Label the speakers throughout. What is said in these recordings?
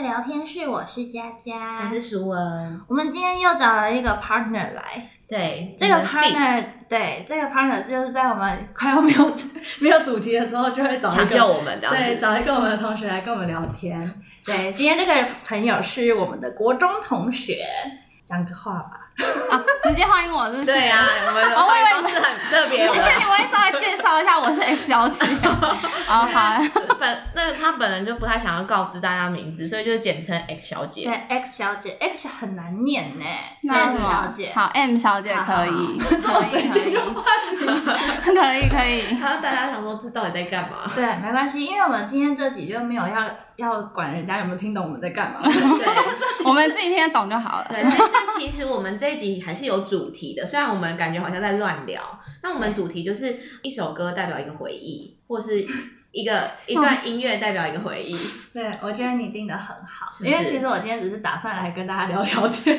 Speaker 1: 聊天室，我是佳佳
Speaker 2: 我。是舒文，
Speaker 1: 我们今天又找了一个 partner 来，
Speaker 2: 对
Speaker 1: 这个
Speaker 2: 我们 fit
Speaker 1: partner 对这个 partner 就是在我们快要没有没有主题的时候，就会找一
Speaker 2: 抢
Speaker 1: 个
Speaker 2: 救我们的，
Speaker 1: 对找一个我们的同学来跟我们聊 天。对，今天这个朋友是我们的国中同学，讲个话吧。
Speaker 3: 啊，直接欢迎我，是不是？
Speaker 2: 对啊， 我们的
Speaker 3: 哦我以为
Speaker 2: 方式很特别
Speaker 3: 我以为你们会稍微介绍一下我是 X 小姐。啊，好，
Speaker 2: 的。本那个他本人就不太想要告知大家名字，所以就简称 X 小
Speaker 1: 对
Speaker 2: 姐。
Speaker 1: ，X 小姐，X 很难念呢
Speaker 3: 那
Speaker 1: ，X 小姐。
Speaker 3: 好，M 小姐可 以，
Speaker 1: 好好
Speaker 3: 可以，可以，可以，可以。
Speaker 2: 然后大家想说，这到底在干嘛？
Speaker 1: 对，没关系，因为我们今天这集就没有要要管人家有没有听懂我们在干 嘛。
Speaker 2: 对
Speaker 3: 我们自己听得懂就好了。
Speaker 2: 对，但但其实我们这一集还是有主题的，虽然我们感觉好像在乱聊，那我们主题就是一首歌代表一个回忆，或是一 个一段音乐代表一个回 忆。
Speaker 1: 对，我觉得你定的很好，
Speaker 2: 是不
Speaker 1: 因为
Speaker 2: 是
Speaker 1: 其实我今天只是打算来跟大家聊聊天。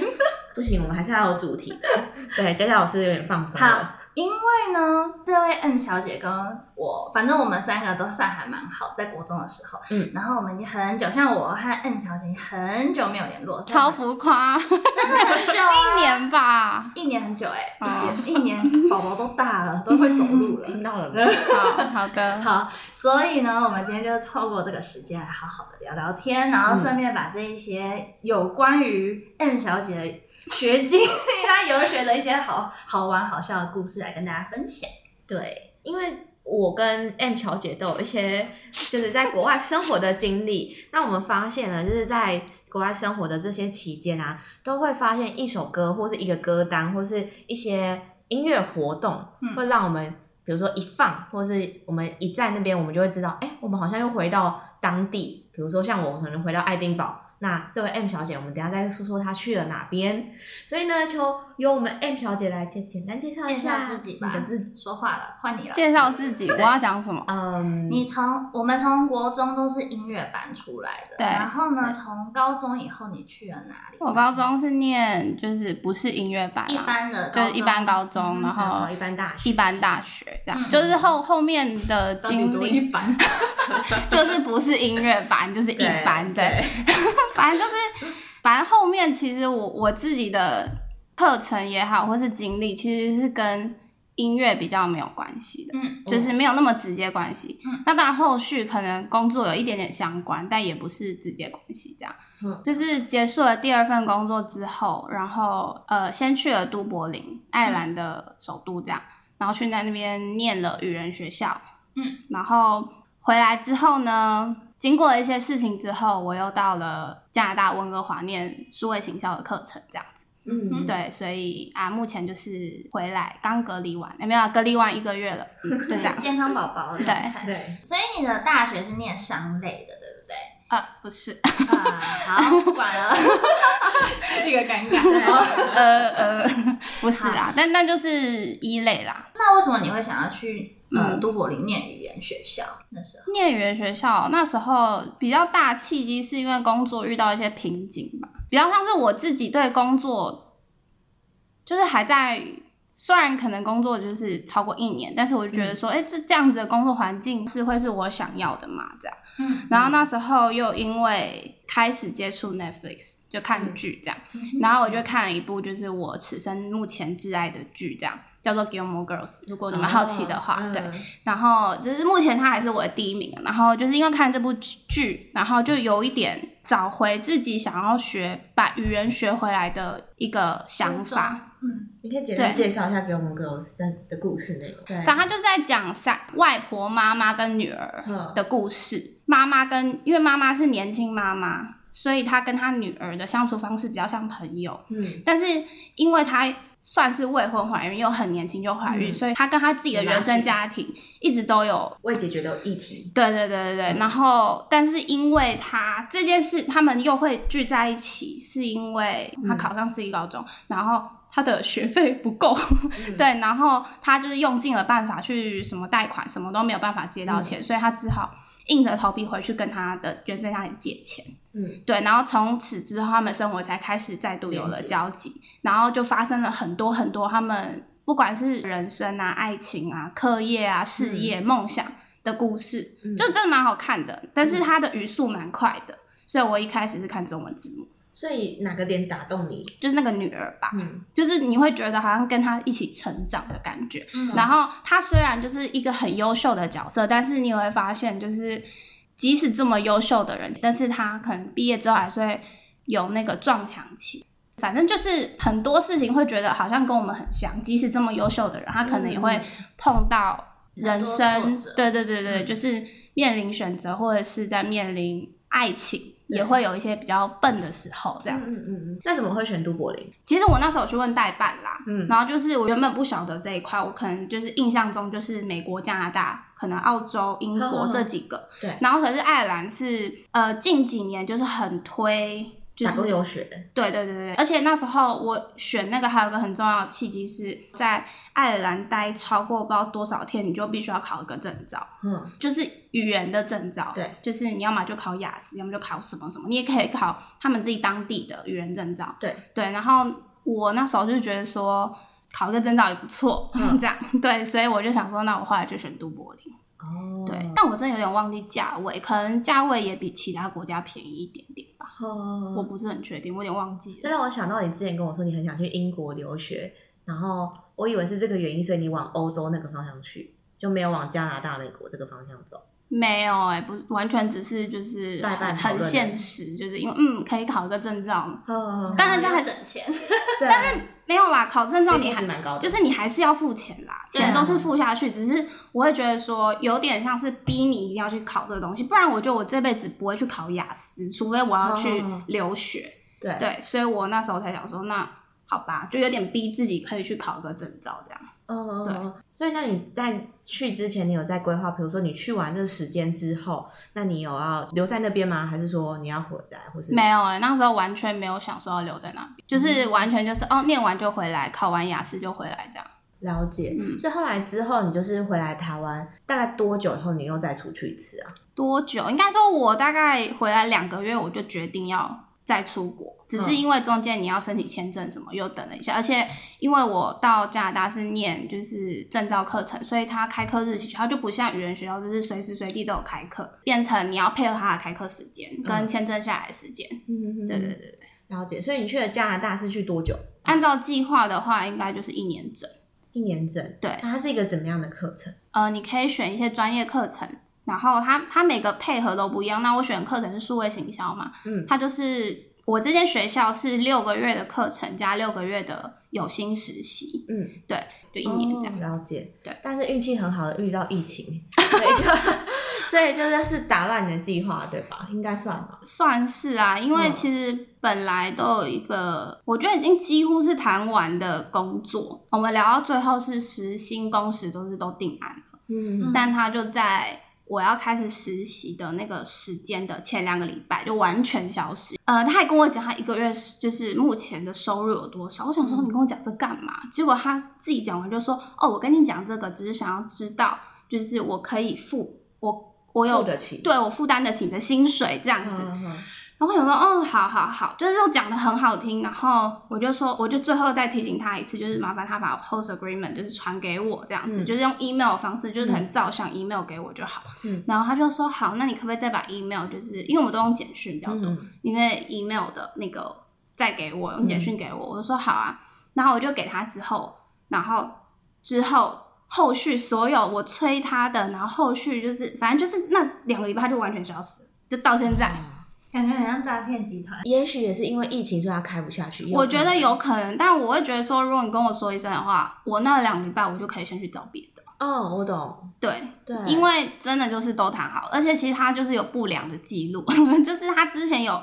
Speaker 2: 不行，我们还是要有主题的。 对，佳佳老师有点放松
Speaker 1: 好
Speaker 2: 了。
Speaker 1: 因为呢，这位 M 小姐跟我，反正我们三个都算还蛮好，在国中的时候，
Speaker 2: 嗯，
Speaker 1: 然后我们已经很久，像我和 M 小姐已经很久没有联络，所以
Speaker 3: 超
Speaker 1: 我们
Speaker 3: 浮夸，
Speaker 1: 真的很久、啊，
Speaker 3: 一年吧。
Speaker 1: 一年很久哎、
Speaker 3: 哦
Speaker 1: 一年一年宝宝都大了，都会走路了。
Speaker 2: 听到了吗？
Speaker 3: 好，好的。
Speaker 1: 好，所以呢，我们今天就透过这个时间来好好的聊聊天，然后顺便把这一些有关于 M 小姐的学经历、她游学的一些好好玩好笑的故事来跟大家分享。
Speaker 2: 对，因为我跟 M 小姐都有一些就是在国外生活的经历。那我们发现呢，就是在国外生活的这些期间啊，都会发现一首歌或是一个歌单或是一些音乐活动，
Speaker 1: 嗯
Speaker 2: 会让我们比如说一放，或是我们一在那边，我们就会知道，哎、我们好像又回到当地。比如说像我可能回到爱丁堡。那这位 M 小姐，我们等一下再说说她去了哪边。所以呢，就由我们 M 小姐来简简单介绍一
Speaker 1: 介绍
Speaker 2: 下
Speaker 1: 自己
Speaker 2: 你
Speaker 1: 吧
Speaker 2: 的自己，
Speaker 1: 说话了，换你了。
Speaker 3: 介绍自己，我要讲什么？
Speaker 2: 嗯，
Speaker 1: 你从我们从国中都是音乐班出来的，
Speaker 3: 对
Speaker 1: 然后呢，
Speaker 2: 对
Speaker 1: 从高中以后你去了哪里？
Speaker 3: 我高中是念，就是不是音乐班
Speaker 1: 一
Speaker 3: 啦，
Speaker 1: 般的
Speaker 3: 就是一般高
Speaker 1: 嗯
Speaker 3: 中，然
Speaker 2: 然
Speaker 3: 后
Speaker 2: 后一般大学
Speaker 3: 一般大学这
Speaker 1: 嗯
Speaker 3: 样，就是后后面的
Speaker 1: 到底
Speaker 3: 经
Speaker 1: 多
Speaker 3: 历
Speaker 1: 一般，
Speaker 3: 就是不是音乐班，就是一般的，
Speaker 2: 对
Speaker 3: 反正就是，反正后面其实我我自己的课程也好，或是经历，其实是跟音乐比较没有关系的，
Speaker 1: 嗯，
Speaker 3: 就是没有那么直接关系。
Speaker 1: 嗯
Speaker 3: 那当然后续可能工作有一点点相关，但也不是直接关系这样。
Speaker 2: 嗯
Speaker 3: 就是结束了第二份工作之后，然后呃，先去了都柏林，
Speaker 1: 嗯
Speaker 3: 爱尔兰的首都这样，然后去在那边念了语言学校，
Speaker 1: 嗯，。
Speaker 3: 然后回来之后呢，经过了一些事情之后，我又到了加拿大温哥华念数位行销的课程这样。
Speaker 2: 嗯，
Speaker 3: 对，所以啊，目前就是回来刚隔离完，哎没有隔离完一个月了，嗯就这样
Speaker 1: 健康宝宝的
Speaker 3: 对
Speaker 1: 状态。
Speaker 2: 对，
Speaker 1: 所以你的大学是念商类的，对不对？
Speaker 3: 呃，不是，
Speaker 1: 啊，好，不管了，一个尴
Speaker 2: 对
Speaker 1: 尬。
Speaker 3: 呃呃，不是啦，但但就是一类啦。
Speaker 1: 那为什么你会想要去呃
Speaker 3: 嗯
Speaker 1: 都柏林念语言学校？那时候，
Speaker 3: 念语言学校那时候比较大契机，是因为工作遇到一些瓶颈吧，比较像是我自己对工作，就是还在。虽然可能工作就是超过一年，但是我就觉得说，哎、这这样子的工作环境是会是我想要的嘛？这样。
Speaker 1: 嗯
Speaker 3: 然后那时候又因为开始接触 Netflix 就看剧这样，
Speaker 1: 嗯
Speaker 3: 然后我就看了一部就是我此生目前挚爱的剧，这样叫做《Gilmore Girls》。如果你们好奇的话，
Speaker 2: 哦
Speaker 3: 对。
Speaker 2: 嗯
Speaker 3: 然后就是目前它还是我的第一名，然后就是因为看这部剧，然后就有一点找回自己想要学把语言学回来的一个想法。
Speaker 1: 嗯，
Speaker 2: 你可以简单
Speaker 3: 对
Speaker 2: 介绍一下给我们 girls 的故事内容。对
Speaker 3: 反正他就是在讲三外婆、妈妈跟女儿
Speaker 2: 嗯
Speaker 3: 的故事。妈妈跟因为妈妈是年轻妈妈，所以她跟她女儿的相处方式比较像朋友。
Speaker 2: 嗯，
Speaker 3: 但是因为她算是未婚怀孕，又很年轻就怀孕，
Speaker 2: 嗯
Speaker 3: 所以她跟她自己的原生家庭一直都有。
Speaker 2: 未解决的议题，
Speaker 3: 对对对对
Speaker 2: 嗯
Speaker 3: 对，然后但是因为她这件事，他们又会聚在一起，是因为她
Speaker 2: 嗯
Speaker 3: 考上私立高中，然后她的学费不够，
Speaker 2: 嗯
Speaker 3: 对，然后他就是用尽了办法去什么贷款，什么都没有办法借
Speaker 2: 嗯
Speaker 3: 到钱，所以他只好硬着头皮回去跟他的原生家庭借钱。
Speaker 2: 嗯，
Speaker 3: 对，然后从此之后，他们生活才开始再度有了
Speaker 2: 连接
Speaker 3: 交集，然后就发生了很多很多他们不管是人生啊、爱情啊、课业啊、事业、梦想的故事，
Speaker 2: 嗯
Speaker 3: 就真的蛮好看的。但是他的语速蛮快的，所以我一开始是看中文字幕，
Speaker 2: 所以哪个点打动你？
Speaker 3: 就是那个女儿吧，
Speaker 2: 嗯，
Speaker 3: 就是你会觉得好像跟她一起成长的感觉。然
Speaker 1: 嗯
Speaker 2: 然后
Speaker 3: 后她虽然就是一个很优秀的角色，但是你也会发现，就是即使这么优秀的人，但是她可能毕业之后还是会有那个撞墙期。反正就是很多事情会觉得好像跟我们很像，即使这么优秀的人，他可能也会碰到人
Speaker 1: 很
Speaker 3: 生
Speaker 1: 嗯多挫折，
Speaker 3: 对对对对，
Speaker 1: 嗯
Speaker 3: 就是面临选择或者是在面临爱情，
Speaker 2: 对
Speaker 3: 也会有一些比较笨的时候这样子。
Speaker 2: 嗯嗯，那怎么会选都柏林？
Speaker 3: 其实我那时候有去问代办啦，
Speaker 2: 嗯
Speaker 3: 然后就是我原本不晓得这一块，我可能就是印象中就是美国、加拿大、可能澳洲、英
Speaker 2: 哼哼
Speaker 3: 国
Speaker 2: 哼
Speaker 3: 这几个，
Speaker 2: 对
Speaker 3: 然后可是爱尔兰是呃近几年就是很推，就
Speaker 2: 打工
Speaker 3: 是
Speaker 2: 游学，
Speaker 3: 对对对对，而且那时候我选那个还有个很重要的契机是在爱尔兰待超过不知道多少天，你就必须要考一个证照。
Speaker 2: 嗯，
Speaker 3: 就是语言的证照，
Speaker 2: 对，
Speaker 3: 就是你要么就考雅思，要么就考什么什么，你也可以考他们自己当地的语言证照，
Speaker 2: 对
Speaker 3: 对。然后我那时候就觉得说考一个证照也不错，
Speaker 2: 嗯
Speaker 3: 这样 对，所以我就想说，那我后来就选都柏林，
Speaker 2: 哦
Speaker 3: 对。但我真的有点忘记价位，可能价位也比其他国家便宜一点点吧，我
Speaker 2: 哦，
Speaker 3: 不是很确定，我有点忘记
Speaker 2: 这
Speaker 3: 了。
Speaker 2: 让我想到你之前跟我说你很想去英国留学，然后我以为是这个原因，所以你往欧洲那个方向去，就没有往加拿大、美国这个方向走。
Speaker 3: 没有哎、不是完全只是就是
Speaker 2: 代办
Speaker 3: 很
Speaker 2: 讨论
Speaker 3: 很
Speaker 2: 的
Speaker 3: 现实，就是因为嗯可以考一个证照嘛，
Speaker 2: 嗯，
Speaker 3: 当然
Speaker 1: 要
Speaker 3: 还
Speaker 1: 省钱，
Speaker 2: 对，但是
Speaker 3: 没有啦，考证照你还
Speaker 2: 蛮高的，
Speaker 3: 就是你还是要付钱啦，
Speaker 1: 对啊
Speaker 3: 钱都是付下去，只是我会觉得说有点像是逼你一定要去考这个东西，不然我觉得我这辈子不会去考雅思，除非我要去
Speaker 2: 哦
Speaker 3: 留学。
Speaker 2: 对
Speaker 3: 对，所以我那时候才想说，那好吧，就有点逼自己可以去考个证照这样。
Speaker 2: 嗯嗯嗯。所以，那你在去之前，你有在规划，比如说你去完这时间之后，那你有要留在那边吗？还是说你要回来，或是
Speaker 3: 没有哎、那时候完全没有想说要留在那边，
Speaker 2: 嗯
Speaker 3: 就是完全就是哦，念完就回来，考完雅思就回来这样。
Speaker 2: 了解？
Speaker 3: 嗯
Speaker 2: 所以后来之后，你就是回来台湾，大概多久以后你又再出去一次啊？
Speaker 3: 多久？应该说，我大概回来两个月，我就决定要再出国，只是因为中间你要申请签证什么，又等了一下，而且因为我到加拿大是念就是证照课程，所以它开课日期它就不像语言学校，就是随时随地都有开课，变成你要配合它的开课时间跟签证下来的时间。
Speaker 2: 嗯，
Speaker 3: 对对对对，
Speaker 2: 了解。所以你去了加拿大是去多久？
Speaker 3: 按照计划的话，应该就是一年整。
Speaker 2: 一年整。
Speaker 3: 对
Speaker 2: 那它是一个怎么样的课程？
Speaker 3: 呃，你可以选一些专业课程，然后它它每个配合都不一样。那我选课程是数位行销嘛，
Speaker 2: 嗯
Speaker 3: 它就是我这间学校是六个月的课程加六个月的有薪实习，
Speaker 2: 嗯，哦
Speaker 3: 对，就一年这样。
Speaker 2: 了解。
Speaker 3: 对，
Speaker 2: 但是运气很好的遇到疫情，所以就 所以就是是打乱你的计划，对吧？应该算吧。
Speaker 3: 算是啊，因为
Speaker 2: 嗯
Speaker 3: 其实本来都有一个，我觉得已经几乎是谈完的工作。我们聊到最后是时薪、工时都是都定案了，
Speaker 2: 嗯
Speaker 3: 但他就在我要开始实习的那个时间的前两个礼拜就完全消失。呃，他还跟我讲他一个月就是目前的收入有多少，我想说
Speaker 2: 嗯
Speaker 3: 你跟我讲这干嘛？结果他自己讲完就说，哦，我跟你讲这个只是想要知道，就是我可以付我我有
Speaker 2: 付得起
Speaker 3: 对我负担得起你的薪水这样子。
Speaker 2: 嗯嗯
Speaker 3: 然后我想说，哦，好好好，就是又讲的很好听，然后我就说，我就最后再提醒他一次，就是麻烦他把 host agreement 就是传给我这样子，
Speaker 2: 嗯
Speaker 3: 就是用 email 的方式，就是可能照相 email 给我就好。
Speaker 2: 嗯
Speaker 3: 然后他就说，好，那你可不可以再把 email，就是因为我们都用简讯比较多，
Speaker 2: 嗯
Speaker 3: 你可以 email 的那个再给我，用简讯给我，我就说好啊。然后我就给他之后，然后之后后续所有我催他的，然后后续就是反正就是那两个礼拜他就完全消失了，就到现在。
Speaker 1: 感觉很像诈骗集团。
Speaker 2: 也许也是因为疫情，所以他开不下去。
Speaker 3: 嗯我觉得有可能，但我会觉得说，如果你跟我说一声的话，我那两个礼拜我就可以先去找别的。
Speaker 2: 可能，哦，我懂，
Speaker 3: 对，
Speaker 2: 对，
Speaker 3: 因为真的就是都谈好，而且其实他就是有不良的记录， 就是他之前有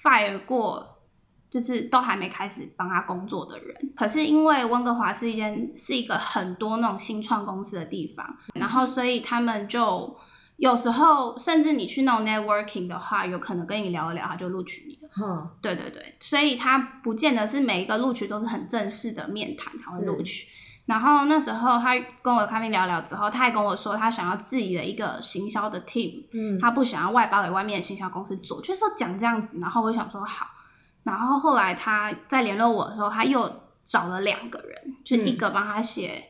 Speaker 3: fire 过，就是都还没开始帮他工作的人。可是因为温哥华是一间是一个很多那种新创公司的地方，然后所以他们就有时候甚至你去那种 networking 的话，有可能跟你聊一聊，他就录取你了。
Speaker 2: 哼，
Speaker 3: 对对对，所以他不见得是每一个录取都是很正式的面谈才会录取。然后那时候他跟我咖啡聊聊之后，他还跟我说他想要自己的一个行销的 team，
Speaker 2: 嗯，
Speaker 3: 他不想要外包给外面的行销公司做，就是说讲这样子。然后我就想说好，然后后来他在联络我的时候，他又找了两个人，就一个帮他写。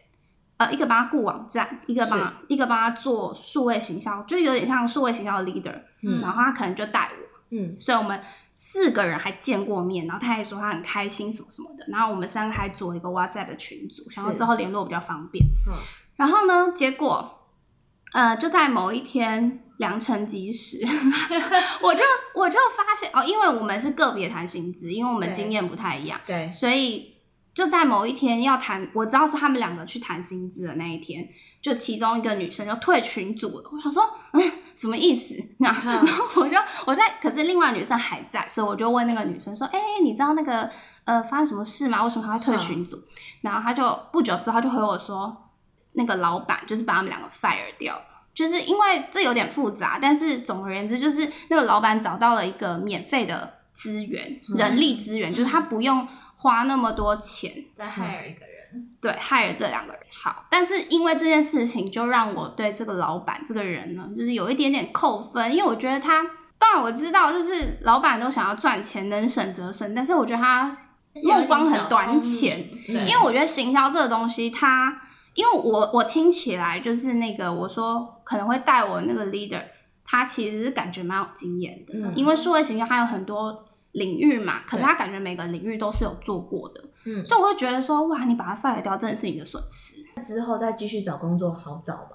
Speaker 3: 呃，一个帮他顾网站，一个帮他一个帮他做数位行销，就有点像数位行销的 leader，、
Speaker 2: 嗯
Speaker 3: 然后他可能就带我，
Speaker 2: 嗯，
Speaker 3: 所以我们四个人还见过面，然后他还说他很开心什么什么的，然后我们三个还组了一个 WhatsApp 的群组，然后之后联络比较方便。
Speaker 2: 嗯
Speaker 3: 然后呢，结果呃就在某一天良辰吉时， 我就我就发现哦，因为我们是个别谈薪资，因为我们
Speaker 2: 对
Speaker 3: 经验不太一样，
Speaker 2: 对，
Speaker 3: 所以。就在某一天要谈，我知道是他们两个去谈薪资的那一天，就其中一个女生就退群组了。我想说，嗯，什么意思？ 然后，然后我就我在，可是另外女生还在，所以我就问那个女生说：“哎、你知道那个呃发生什么事吗？为什么她会退群组？”然后她就不久之后就回我说，那个老板就是把他们两个 fire 掉了。就是因为这有点复杂，但是总而言之，就是那个老板找到了一个免费的资源，
Speaker 2: 嗯
Speaker 3: 人力资源，就是他不用花那么多钱，
Speaker 1: 再 hire 一个人，
Speaker 3: 对，害了这两个人。好，但是因为这件事情，就让我对这个老板这个人呢，就是有一点点扣分，因为我觉得他，当然我知道，就是老板都想要赚钱，能省则省，但是我觉得他目光很短浅，
Speaker 1: 因
Speaker 2: 对
Speaker 3: 因为我觉得行销这个东西它，因为我我听起来就是那个我说可能会带我那个 leader，他其实是感觉蛮有经验的，
Speaker 2: 嗯
Speaker 3: 因为数位行销它有很多领域嘛，可是
Speaker 2: 对
Speaker 3: 他感觉每个领域都是有做过的，
Speaker 2: 嗯
Speaker 3: 所以我会觉得说哇，你把它 fire 掉，真的是你的损失。
Speaker 2: 之后再继续找工作好找吗？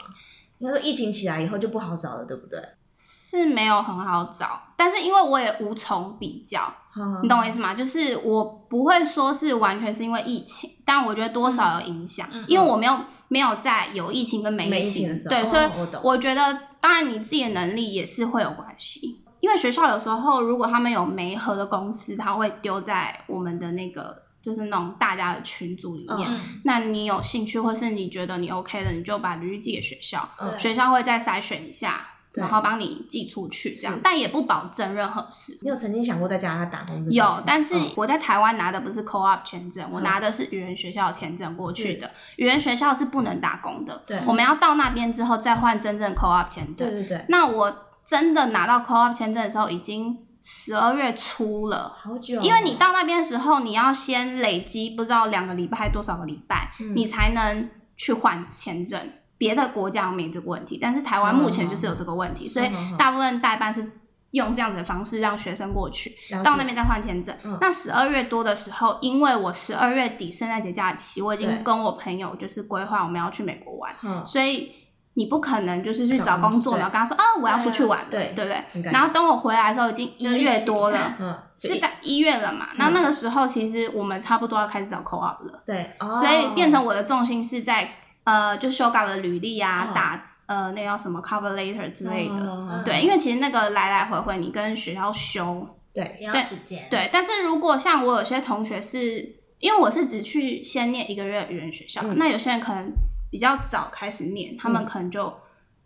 Speaker 2: 应该说疫情起来以后就不好找了，对不对？
Speaker 3: 是没有很好找，但是因为我也无从比较，你懂我意
Speaker 2: 嗯
Speaker 3: 思吗？就是我不会说是完全是因为疫情，但我觉得多少有影响，
Speaker 1: 嗯嗯
Speaker 3: 因为我没有没有在有疫情跟没
Speaker 2: 没
Speaker 3: 疫
Speaker 2: 疫情的时候
Speaker 3: 对，
Speaker 2: 哦
Speaker 3: 所以
Speaker 2: 我懂
Speaker 3: 我觉得当然你自己的能力也是会有关系。因为学校有时候如果他们有媒合的公司，他会丢在我们的那个就是那种大家的群组里面。
Speaker 2: 嗯
Speaker 3: 那你有兴趣，或是你觉得你 OK 的，你就把履历寄给学校，
Speaker 2: 嗯
Speaker 3: 学校会再筛选一下，
Speaker 2: 对
Speaker 3: 然后帮你寄出去，这样
Speaker 2: 是，
Speaker 3: 但也不保证任何事。
Speaker 2: 你有曾经想过在加拿大打工这件事？
Speaker 3: 有，但是
Speaker 2: 嗯
Speaker 3: 我在台湾拿的不是 co-op 签证，我
Speaker 2: 嗯
Speaker 3: 拿的是语言学校的签证过去的。语言学校是不能打工的，
Speaker 2: 对
Speaker 3: 我们要到那边之后再换真正 co-op 签
Speaker 2: 对
Speaker 3: 证。
Speaker 2: 对对，
Speaker 3: 那我真的拿到 co-op 签证的时候，已经十二月初了。
Speaker 2: 好久哦，
Speaker 3: 因为你到那边的时候，你要先累积不知道两个礼拜还多少个礼拜，
Speaker 2: 嗯
Speaker 3: 你才能去换签证。别的国家没这个问题，但是台
Speaker 2: 嗯
Speaker 3: 湾目前就是有这个问题，所以大部分代办是用这样子的方式让学生过去，
Speaker 2: 了解
Speaker 3: 到那边再换签证。
Speaker 2: 嗯
Speaker 3: 那十二月多的时候，因为我十二月底圣诞节假期，我已
Speaker 2: 对
Speaker 3: 经跟我朋友就是规划我们要去美国玩，
Speaker 2: 嗯
Speaker 3: 所以你不可能就是去
Speaker 2: 找
Speaker 3: 找
Speaker 2: 工
Speaker 3: 工作，
Speaker 2: 对
Speaker 3: 然后跟他说啊我要出去玩了，
Speaker 2: 对
Speaker 3: 对不对？
Speaker 2: 很感
Speaker 3: 然后等我回来的时候已经一月多了，
Speaker 2: 嗯
Speaker 3: 是在一月了嘛？那那个时候其实我们差不多要开始找 co op 了。
Speaker 2: 对，哦
Speaker 3: 所以变成我的重心是在呃，就修改我的履历啊，
Speaker 2: 哦
Speaker 3: 打呃那叫什么 cover letter 之类的。
Speaker 2: 哦
Speaker 3: 对，因为其实那个来来回回，你跟学校修。
Speaker 2: 对
Speaker 1: 也要
Speaker 3: 对
Speaker 1: 时间，
Speaker 3: 对，但是如果像我有些同学是，因为我是只去先念一个月的语言学校，
Speaker 2: 嗯
Speaker 3: 那有些人可能比较早开始念，他们可能就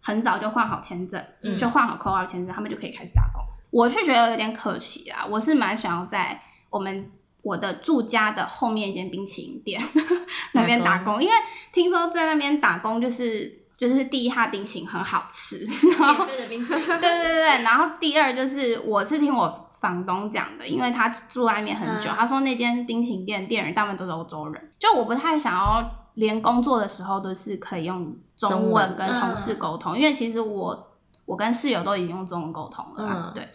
Speaker 3: 很早就换好签证，
Speaker 1: 嗯
Speaker 3: 就换好 co-op 签证，他们就可以开始打工。我是觉得有点可惜啊，我是蛮想要在我们我的住家的后面一间冰淇淋店那边打工，因为听说在那边打工就是就是第一它冰淇淋很好吃，然后
Speaker 1: 免费的冰淇淋，
Speaker 3: 对对对对，然后第二就是我是听我房东讲的，因为他住外面很久，
Speaker 1: 嗯
Speaker 3: 他说那间冰淇淋店店员大部分都是欧洲人，就我不太想要连工作的时候都是可以用中
Speaker 2: 中文
Speaker 3: 文跟同事沟通，因为其实我我跟室友都已经用中文沟通了啦，
Speaker 2: 嗯
Speaker 3: 对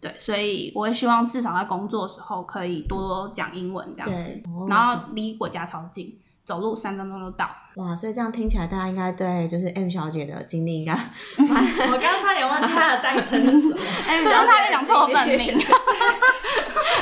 Speaker 3: 对，所以我也希望至少在工作的时候可以多多讲英文这样子，
Speaker 2: 对，哦
Speaker 3: 然后离我家超近，走路三分钟就到。
Speaker 2: 哇，所以这样听起来，大家应该对就是 M 小姐的经历应 该
Speaker 1: 我刚刚差点忘记它的代称是什么，
Speaker 3: 是哎不是差点讲错我本名？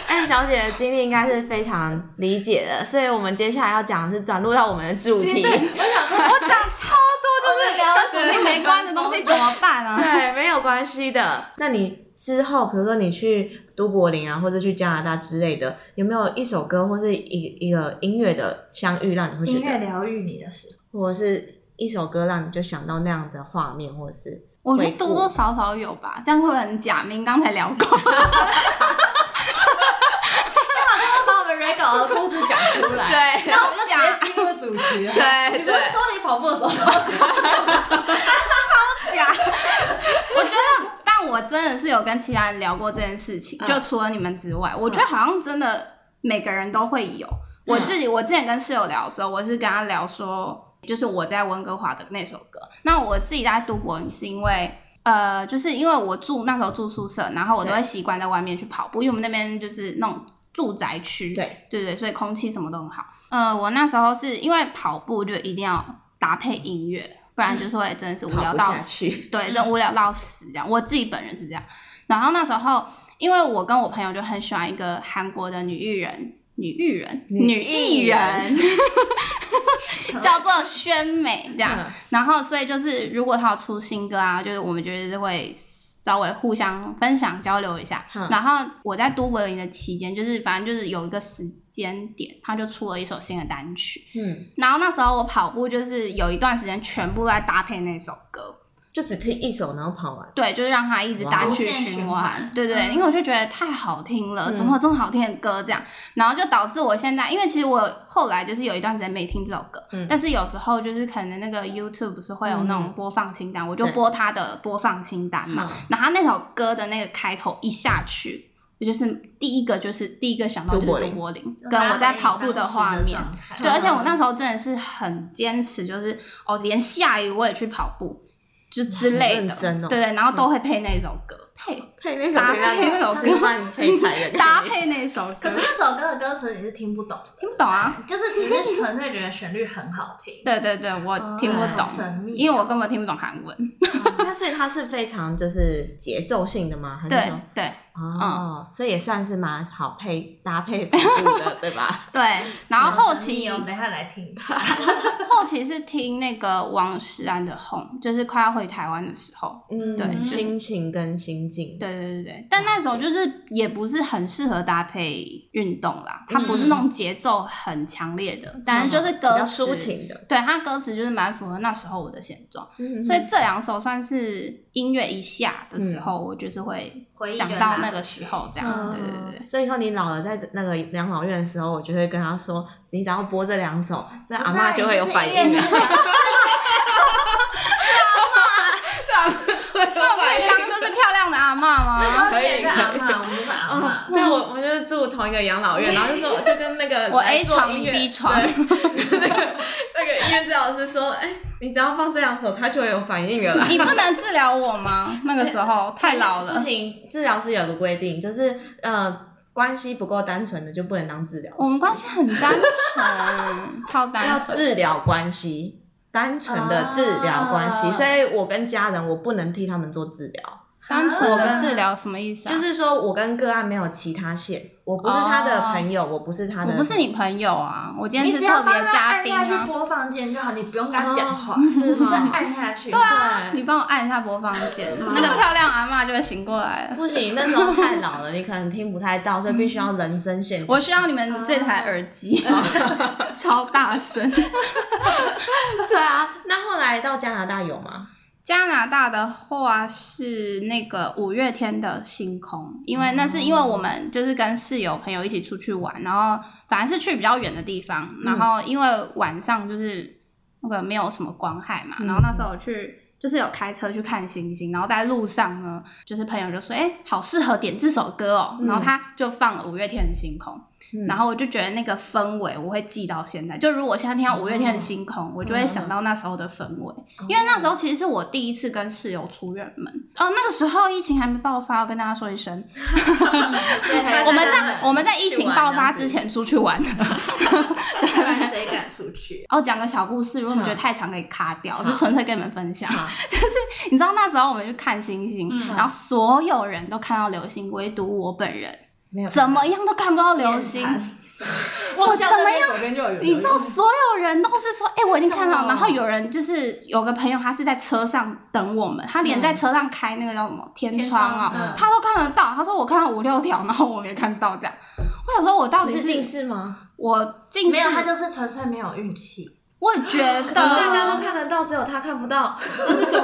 Speaker 2: M 小姐的经历应该是非常理解的，所以我们接下来要讲的是转入到我们的主题。
Speaker 1: 对，我想说，
Speaker 3: 我讲超多，就是跟实力没关的东西怎么办 啊？
Speaker 2: 对，没有关系的。那你之后，比如说你去都柏林啊，或者去加拿大之类的，有没有一首歌或是一一个音乐的相遇，让你会觉
Speaker 1: 音乐
Speaker 2: 得，
Speaker 1: 疗愈你的时候，
Speaker 2: 或者是一首歌让你就想到那样子的画面，或者是
Speaker 3: 我觉得多多少少有吧，这样会不会很假？明刚才聊过，
Speaker 1: 他把我们 re 稿的故事讲出来，
Speaker 2: 对
Speaker 1: 这样我们就直接进入主题了。你不
Speaker 2: 对
Speaker 1: 是说你跑步的时候，
Speaker 3: 我觉得，但我真的是有跟其他人聊过这件事情，
Speaker 2: 嗯
Speaker 3: 就除了你们之外，我觉得好像真的每个人都会有。我
Speaker 2: 嗯
Speaker 3: 自己，我之前跟室友聊的时候，我是跟他聊说，就是我在温哥华的那首歌。那我自己在读博，是因为。呃，就是因为我住那时候住宿舍，然后我都会习惯在外面去跑步，因为我们那边就是那种住宅区，
Speaker 2: 对
Speaker 3: 对对，所以空气什么都很好。呃，我那时候是因为跑步就一定要搭配音乐，不然就是会真的是无
Speaker 2: 嗯跑
Speaker 3: 聊
Speaker 2: 不
Speaker 3: 到
Speaker 2: 下
Speaker 3: 死
Speaker 2: 去，
Speaker 3: 对，真无聊到死这样。我自己本人是这样。然后那时候，因为我跟我朋友就很喜欢一个韩国的女艺人，女艺人，
Speaker 2: 女
Speaker 3: 艺
Speaker 2: 艺人
Speaker 3: 人， 叫做宣美这样。
Speaker 2: 嗯
Speaker 3: 然后，所以就是如果她有出新歌啊，就是我们就是会稍微互相分享交流一下。
Speaker 2: 嗯
Speaker 3: 然后我在都柏林的期间，就是反正就是有一个时间点，她就出了一首新的单曲。
Speaker 2: 嗯，
Speaker 3: 然后那时候我跑步就是有一段时间全部都在搭配那首歌。
Speaker 2: 就只听一首，然后跑 完。
Speaker 3: 对，就是让他一直单曲
Speaker 1: 哇无限
Speaker 3: 循
Speaker 1: 循
Speaker 3: 环
Speaker 1: 环，
Speaker 3: 对对，
Speaker 1: 嗯
Speaker 3: 因为我就觉得太好听了，
Speaker 2: 嗯
Speaker 3: 怎么有这么好听的歌这样？然后就导致我现在，因为其实我后来就是有一段时间没听这首歌，
Speaker 2: 嗯
Speaker 3: 但是有时候就是可能那个 YouTube 不是会有那种播放清单，我就
Speaker 2: 对
Speaker 3: 播他的播放清单嘛，
Speaker 2: 嗯
Speaker 3: 然后他那首歌的那个开头一下去，我就是第一个就是第一个想到就
Speaker 2: 都柏
Speaker 3: 是
Speaker 2: 林
Speaker 3: 杜柏林，跟我在跑步的画面，对，
Speaker 1: 对，
Speaker 3: 而且我那时候真的是很坚持，就是哦，连下雨我也去跑步，就之类
Speaker 2: 很
Speaker 3: 的，
Speaker 2: 认真哦
Speaker 3: 对对，然后都会配那首歌，配
Speaker 2: 配那
Speaker 3: 搭配那首歌
Speaker 2: 是 换配彩的
Speaker 3: 搭配那首
Speaker 1: 可
Speaker 3: 歌
Speaker 1: 是，那首歌的歌词你是听不懂的，
Speaker 3: 听不懂啊，
Speaker 1: 就是只是纯粹觉得旋律很好听，
Speaker 3: 对对对，我听不
Speaker 1: 哦
Speaker 3: 懂，
Speaker 1: 神秘，
Speaker 3: 因为我根本听不懂韩文，
Speaker 2: 那所以它是非常就是节奏性的吗？还是
Speaker 3: 对
Speaker 2: 说
Speaker 3: 对
Speaker 2: 哦，所以也算是蛮好配搭配跑步的，对吧？
Speaker 3: 对，然后后
Speaker 1: 神秘
Speaker 3: 期
Speaker 1: 哦等一下来听一下，
Speaker 3: 后期是听那个王诗安的《Home》，就是快要回台湾的时候，
Speaker 2: 嗯，
Speaker 3: 对
Speaker 2: 心情跟心境，
Speaker 3: 对对对对，但那时候就是也不是很适合搭配运动啦，它不是那种节奏很强烈的，但是就是
Speaker 2: 嗯比
Speaker 3: 歌
Speaker 2: 较
Speaker 3: 词
Speaker 2: 抒情的，嗯
Speaker 3: 对，它歌词就是蛮符合那时候我的现状，所
Speaker 2: 所
Speaker 3: 以这两首算是音乐一下的
Speaker 2: 嗯
Speaker 3: 时候，我就是会
Speaker 1: 回忆
Speaker 3: 想
Speaker 1: 原
Speaker 3: 到
Speaker 1: 来
Speaker 3: 那个时候这样，对对对。
Speaker 2: 嗯所以以后你老了，在那个养老院的时候，我就会跟他说，你只要播这两首，这阿妈就会有反应
Speaker 1: 不
Speaker 2: 了
Speaker 1: 是。啊。你就是音乐治疗
Speaker 3: 那我可以当就是漂亮的阿嬷吗？
Speaker 1: 那时候你也是阿嬷，我们都是阿嬷。
Speaker 2: 对，我我们就是住同一个养老院，然后就说就跟那个
Speaker 3: 我 A
Speaker 2: 做
Speaker 3: 床
Speaker 2: 音
Speaker 3: 你
Speaker 2: 乐
Speaker 3: B 床，
Speaker 2: 那个那个音乐治疗师说，哎、你只要放这两首，他就会有反应了 啦。
Speaker 3: 你不能治疗我吗？那个时候太老了
Speaker 2: 不，行，治疗师有个规定，就是呃，关系不够单纯的就不能当治疗师。
Speaker 3: 我们关系很单纯，超单
Speaker 2: 要
Speaker 3: 纯。
Speaker 2: 治疗关系，单纯的治疗关系，
Speaker 1: 啊
Speaker 2: 所以我跟家人我不能替他们做治疗，
Speaker 3: 单纯
Speaker 2: 啊
Speaker 3: 的治疗什么意思啊？
Speaker 2: 就是说我跟个案没有其他线，我不是他的朋友，我不是他
Speaker 3: 我
Speaker 2: 的，
Speaker 3: 不是你朋友啊，我今天
Speaker 1: 你
Speaker 3: 是
Speaker 1: 只要
Speaker 3: 特别
Speaker 1: 帮他
Speaker 3: 嘉
Speaker 1: 按
Speaker 3: 宾
Speaker 1: 下去
Speaker 3: 啊。
Speaker 1: 播放键就好，你不用跟他讲话，
Speaker 2: 是
Speaker 1: 你就
Speaker 2: 哈
Speaker 1: 按下去。对啊，
Speaker 3: 你帮我按一下播放键，
Speaker 1: 哦
Speaker 3: 那个漂亮阿嬷就会醒过来了。
Speaker 2: 不行，那时候太老了，你可能听不太 到，所以必须要人声现场。
Speaker 3: 我需要你们这
Speaker 1: 哦
Speaker 3: 台耳机， 超大声。
Speaker 2: 对啊，那后来到加拿大有吗？
Speaker 3: 加拿大的话是那个五月天的星空，因为那是因为我们就是跟室友朋友一起出去玩，然后反正是去比较远的地方，
Speaker 2: 嗯
Speaker 3: 然后因为晚上就是那个没有什么光害嘛，
Speaker 2: 嗯
Speaker 3: 然后那时候去。就是有开车去看星星，然后在路上呢，就是朋友就说：“哎、好适合点这首歌哦。
Speaker 2: 嗯
Speaker 3: 然后他就放了五月天的《星空》
Speaker 2: 嗯
Speaker 3: 然后我就觉得那个氛围我会记到现在。就如果现在听到五月天的《星
Speaker 2: 嗯
Speaker 3: 空》我就会想到那时候的氛围。
Speaker 2: 哦
Speaker 3: 因为那时候其实是我第一次跟室友出远门，哦，那个时候疫情还没爆发，要跟大家说一声，我
Speaker 1: 我
Speaker 3: 们在我们在疫情
Speaker 2: 啊
Speaker 3: 爆发 之前出去玩的。
Speaker 1: 不然谁敢出去？
Speaker 3: 哦，讲个小故事，如果你觉得太长可以卡掉，我就纯粹跟你们分享。
Speaker 2: 好
Speaker 3: 就是你知道那时候我们去看星星，然后所有人都看到流星，唯独我本人
Speaker 2: 没有
Speaker 3: 怎么样都看不到流星。
Speaker 1: 面
Speaker 3: 我怎么样？
Speaker 1: 左边就有人
Speaker 3: 你知道，所有人都是说，哎、我已经看
Speaker 1: 为什
Speaker 3: 到。
Speaker 1: 么
Speaker 3: 然后有人就是有个朋友，他是在车上等我们，他连在车上开那个叫什么天窗啊、
Speaker 1: 天窗嗯
Speaker 3: 他都看得到。他说我看到五六条，然后我没看到这样。 我想说，我到底
Speaker 2: 你
Speaker 3: 是
Speaker 2: 是近视吗？
Speaker 3: 我近
Speaker 1: 没有，他
Speaker 3: 视？
Speaker 1: 就是纯粹没有运气，
Speaker 3: 我也觉得
Speaker 2: 看得到，只有他看不到，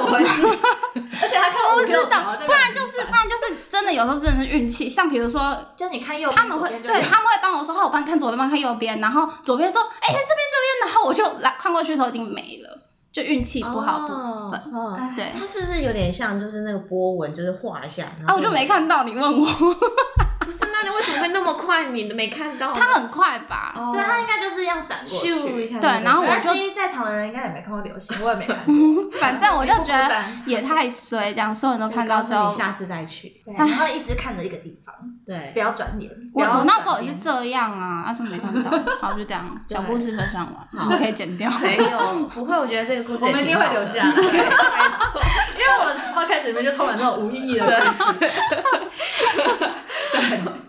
Speaker 1: 而且他看
Speaker 3: 不知道，不然
Speaker 1: 就
Speaker 3: 就是不然就是真的有时候真的是运气。像比如说
Speaker 1: 就你看右边，
Speaker 3: 他们
Speaker 1: 左
Speaker 3: 会
Speaker 1: 边就
Speaker 3: 对
Speaker 1: 有
Speaker 3: 他们会帮我说，哦好，我帮你看左边，帮你看右边，然后左边说，哎、这边这边，然后我就来看过去的时候已经没了，就运气不好不、
Speaker 2: 分。嗯
Speaker 1: 哎
Speaker 3: 对。
Speaker 2: 它是不是有点像，就是那个波纹，就是画一下，然
Speaker 3: 啊，
Speaker 2: 后
Speaker 3: 我就没看到你问我，
Speaker 2: 不是那那你为什么会那么快？你没看 到吗？
Speaker 3: 它很快吧？啊
Speaker 2: 哦
Speaker 1: 对他应该就是要闪过
Speaker 2: 咻
Speaker 1: 去。
Speaker 2: 一下，
Speaker 3: 对然后
Speaker 1: 没
Speaker 3: 我
Speaker 1: 关
Speaker 3: 就
Speaker 1: 系，在场的人应该也没看过流星，我也没看过。
Speaker 3: 反 正我就觉
Speaker 1: 孤
Speaker 3: 得
Speaker 1: 单
Speaker 3: 也太衰，这样所有人都
Speaker 2: 我
Speaker 3: 看到之后
Speaker 2: 你，下次再去。
Speaker 1: 对，然后一直看着一个地方，
Speaker 2: 对
Speaker 1: 不，要转脸。不
Speaker 3: 啊我
Speaker 1: 要
Speaker 3: 我那时候
Speaker 1: 转
Speaker 3: 也是
Speaker 1: 脸
Speaker 3: 这样啊，那、就没 看到。好，就这样，小故事分享完，
Speaker 2: 好
Speaker 3: 你可以剪掉。
Speaker 2: 没有，不会，我觉得这个故事
Speaker 1: 我
Speaker 2: 也
Speaker 1: 们一
Speaker 2: 挺
Speaker 1: 定会
Speaker 2: 好的
Speaker 1: 留下来，
Speaker 2: 对没错，
Speaker 1: 因为我们的 podcast 里面就充满那种无意义的东西。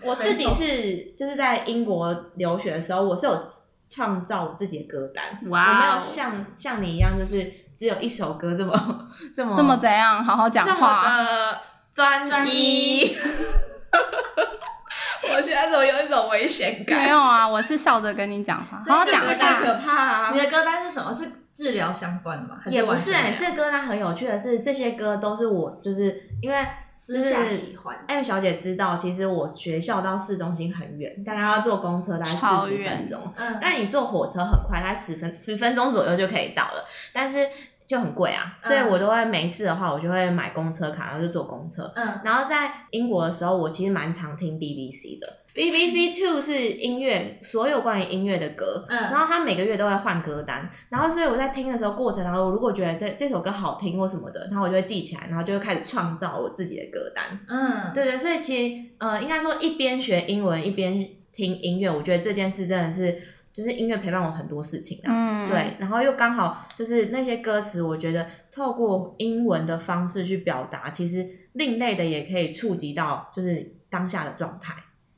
Speaker 2: 我自己是就是在英国留学的时候，我是有创造我自己的歌单，我没
Speaker 3: 哇哦
Speaker 2: 有像像你一样，就是只有一首歌这么 这么
Speaker 3: 这么怎样？好好讲
Speaker 2: 这么
Speaker 3: 话。
Speaker 2: 的专
Speaker 1: 专
Speaker 2: 一
Speaker 1: 一。
Speaker 2: 我现在怎么有一种危险
Speaker 3: 没
Speaker 2: 感？
Speaker 3: 有啊，我是笑着跟你讲话，好好
Speaker 1: 这
Speaker 3: 讲
Speaker 1: 个
Speaker 2: 太
Speaker 1: 大
Speaker 2: 可
Speaker 3: 话。
Speaker 2: 怕啦、
Speaker 1: 你的歌单是什么？是治疗相关的吗？还
Speaker 2: 也不
Speaker 1: 完
Speaker 2: 是
Speaker 1: 全
Speaker 2: 哎、
Speaker 1: 没有
Speaker 2: 这歌单很有趣的是，这些歌都是我就是因为
Speaker 1: 私下喜欢。
Speaker 2: M 小姐知道，其实我学校到市中心很远，大概要坐公车大概
Speaker 3: 超
Speaker 2: 四十
Speaker 3: 远
Speaker 2: 分钟。
Speaker 1: 嗯
Speaker 2: 但你坐火车很快，大概十分十分钟左右就可以到了，但是就很贵啊。所以我都会没事的话，我就会买公车卡，然后就坐公车。
Speaker 1: 嗯，
Speaker 2: 然后在英国的时候，我其实蛮常听 BBC 的。BBC Two 是音乐，所有关于音乐的歌，
Speaker 1: 嗯
Speaker 2: 然后他每个月都会换歌单，然后所以我在听的时候过程当中，我如果觉得这这首歌好听或什么的，然后我就会记起来，然后就会开始创造我自己的歌单。
Speaker 1: 嗯，
Speaker 2: 对对，所以其实呃，应该说一边学英文一边听音乐，我觉得这件事真的是，就是音乐陪伴我很多事情啊。
Speaker 3: 嗯，
Speaker 2: 对，然后又刚好就是那些歌词，我觉得透过英文的方式去表达，其实另类的也可以触及到就是当下的状态。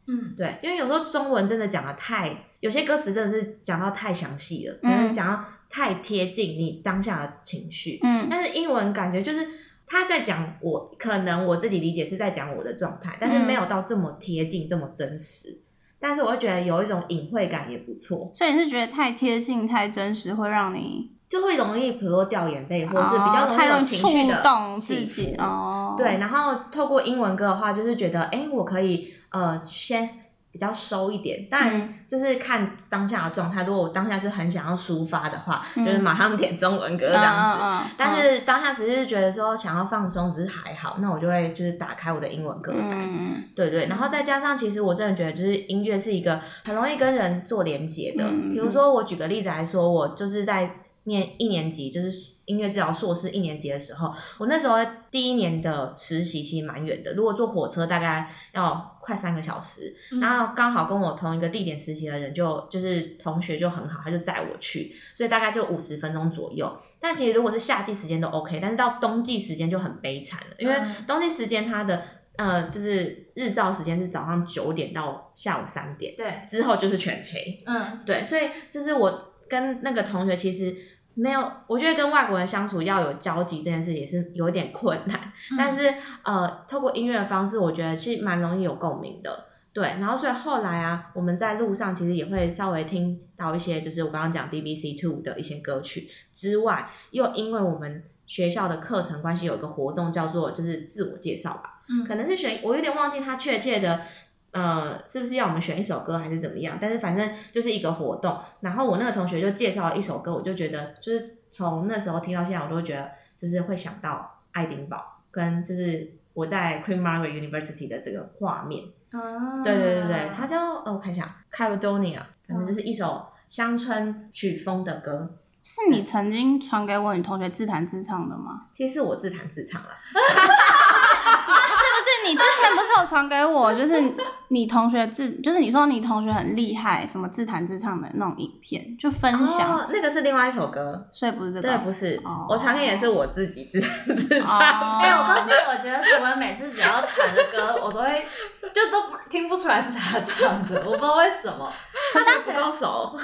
Speaker 1: 嗯，
Speaker 2: 对，因为有时候中文真的讲的太，有些歌词真的是讲到太详细了，
Speaker 3: 嗯
Speaker 2: 可能讲到太贴近你当下的情绪。
Speaker 3: 嗯，
Speaker 2: 但是英文感觉就是他在讲我，可能我自己理解是在讲我的状态，但是
Speaker 3: 嗯
Speaker 2: 没有到这么贴近、这么真实。但是我会觉得有一种隐晦感也不错，
Speaker 3: 所以你是觉得太贴近、太真实，会让你
Speaker 2: 就会容易比如说掉眼泪，或者是比较
Speaker 3: 哦太
Speaker 2: 容易有
Speaker 3: 容易
Speaker 2: 情绪
Speaker 3: 触
Speaker 2: 的
Speaker 3: 动自
Speaker 2: 起
Speaker 3: 己
Speaker 2: 伏
Speaker 3: 哦。
Speaker 2: 对，，然后透过英文歌的话，就是觉得哎，诶我可以呃先比较收一点，但
Speaker 3: 嗯
Speaker 2: 就是看当下的状态。如果我当下就很想要抒发的话，
Speaker 3: 嗯
Speaker 2: 就是马上点中文歌这
Speaker 3: 嗯
Speaker 2: 样
Speaker 3: 嗯
Speaker 2: 子。
Speaker 3: 嗯，
Speaker 2: 但
Speaker 3: 嗯
Speaker 2: 是当下只是觉得说想要放松，只是还好，那我就会就是打开我的英文歌单，
Speaker 3: 嗯
Speaker 2: 对对。然后再加上，其实我真的觉得就是音乐是一个很容易跟人做连接的。
Speaker 3: 嗯
Speaker 2: 比如说，我举个例子来说，我就是在念一年级，就是音乐治疗硕士一年级的时候，我那时候第一年的实习其实蛮远的，如果坐火车大概要快三个小时。
Speaker 3: 嗯
Speaker 2: 然后刚好跟我同一个地点实习的人就就是同学就很好，他就载我去，所以大概就五十分钟左右。但其实如果是夏季时间都 OK，但是到冬季时间就很悲惨了，因为
Speaker 1: 嗯
Speaker 2: 冬季时间它的呃就是日照时间是早上九点到下午三点，
Speaker 1: 对，
Speaker 2: 之后就是全黑。
Speaker 1: 嗯
Speaker 2: 对，所以就是我跟那个同学其实。没有，我觉得跟外国人相处要有交集这件事也是有点困难，
Speaker 1: 嗯
Speaker 2: 嗯但是呃，透过音乐的方式，我觉得是蛮容易有共鸣的。对，然后所以后来啊，我们在路上其实也会稍微听到一些，就是我刚刚讲 BBC Two 的一些歌曲之外，又因为我们学校的课程关系，有一个活动叫做就是自我介绍吧，
Speaker 1: 嗯
Speaker 2: 可能是选我有点忘记它确切的。呃，是不是要我们选一首歌还是怎么样？但是反正就是一个活动。然后我那个同学就介绍了一首歌，我就觉得就是从那时候听到现在，我都觉得就是会想到爱丁堡跟就是我在 Queen Mary University 的这个画面。
Speaker 1: 嗯，
Speaker 2: 对对对对，它叫呃，我看一下 Caledonia，反正就是一首乡村曲风的歌。
Speaker 3: 是你曾经传给我你同学自弹自唱的吗？
Speaker 2: 其实我自弹自唱啦，
Speaker 3: 啊是不是你之前不是有传给 我，就是你同学自，就是你说你同学很厉害，什么自弹自唱的那种影片，就分享，
Speaker 2: 哦，那个是另外一首歌，
Speaker 3: 所以不是这个。
Speaker 2: 对，不是，
Speaker 3: 哦
Speaker 2: 我常听也是我自己自弹自唱
Speaker 3: 哦
Speaker 1: 哎、我告诉你，我觉得楚文每次只要唱的歌，我都会就都不听不出来是他唱的，我不知道为什么，
Speaker 2: 可是不够熟，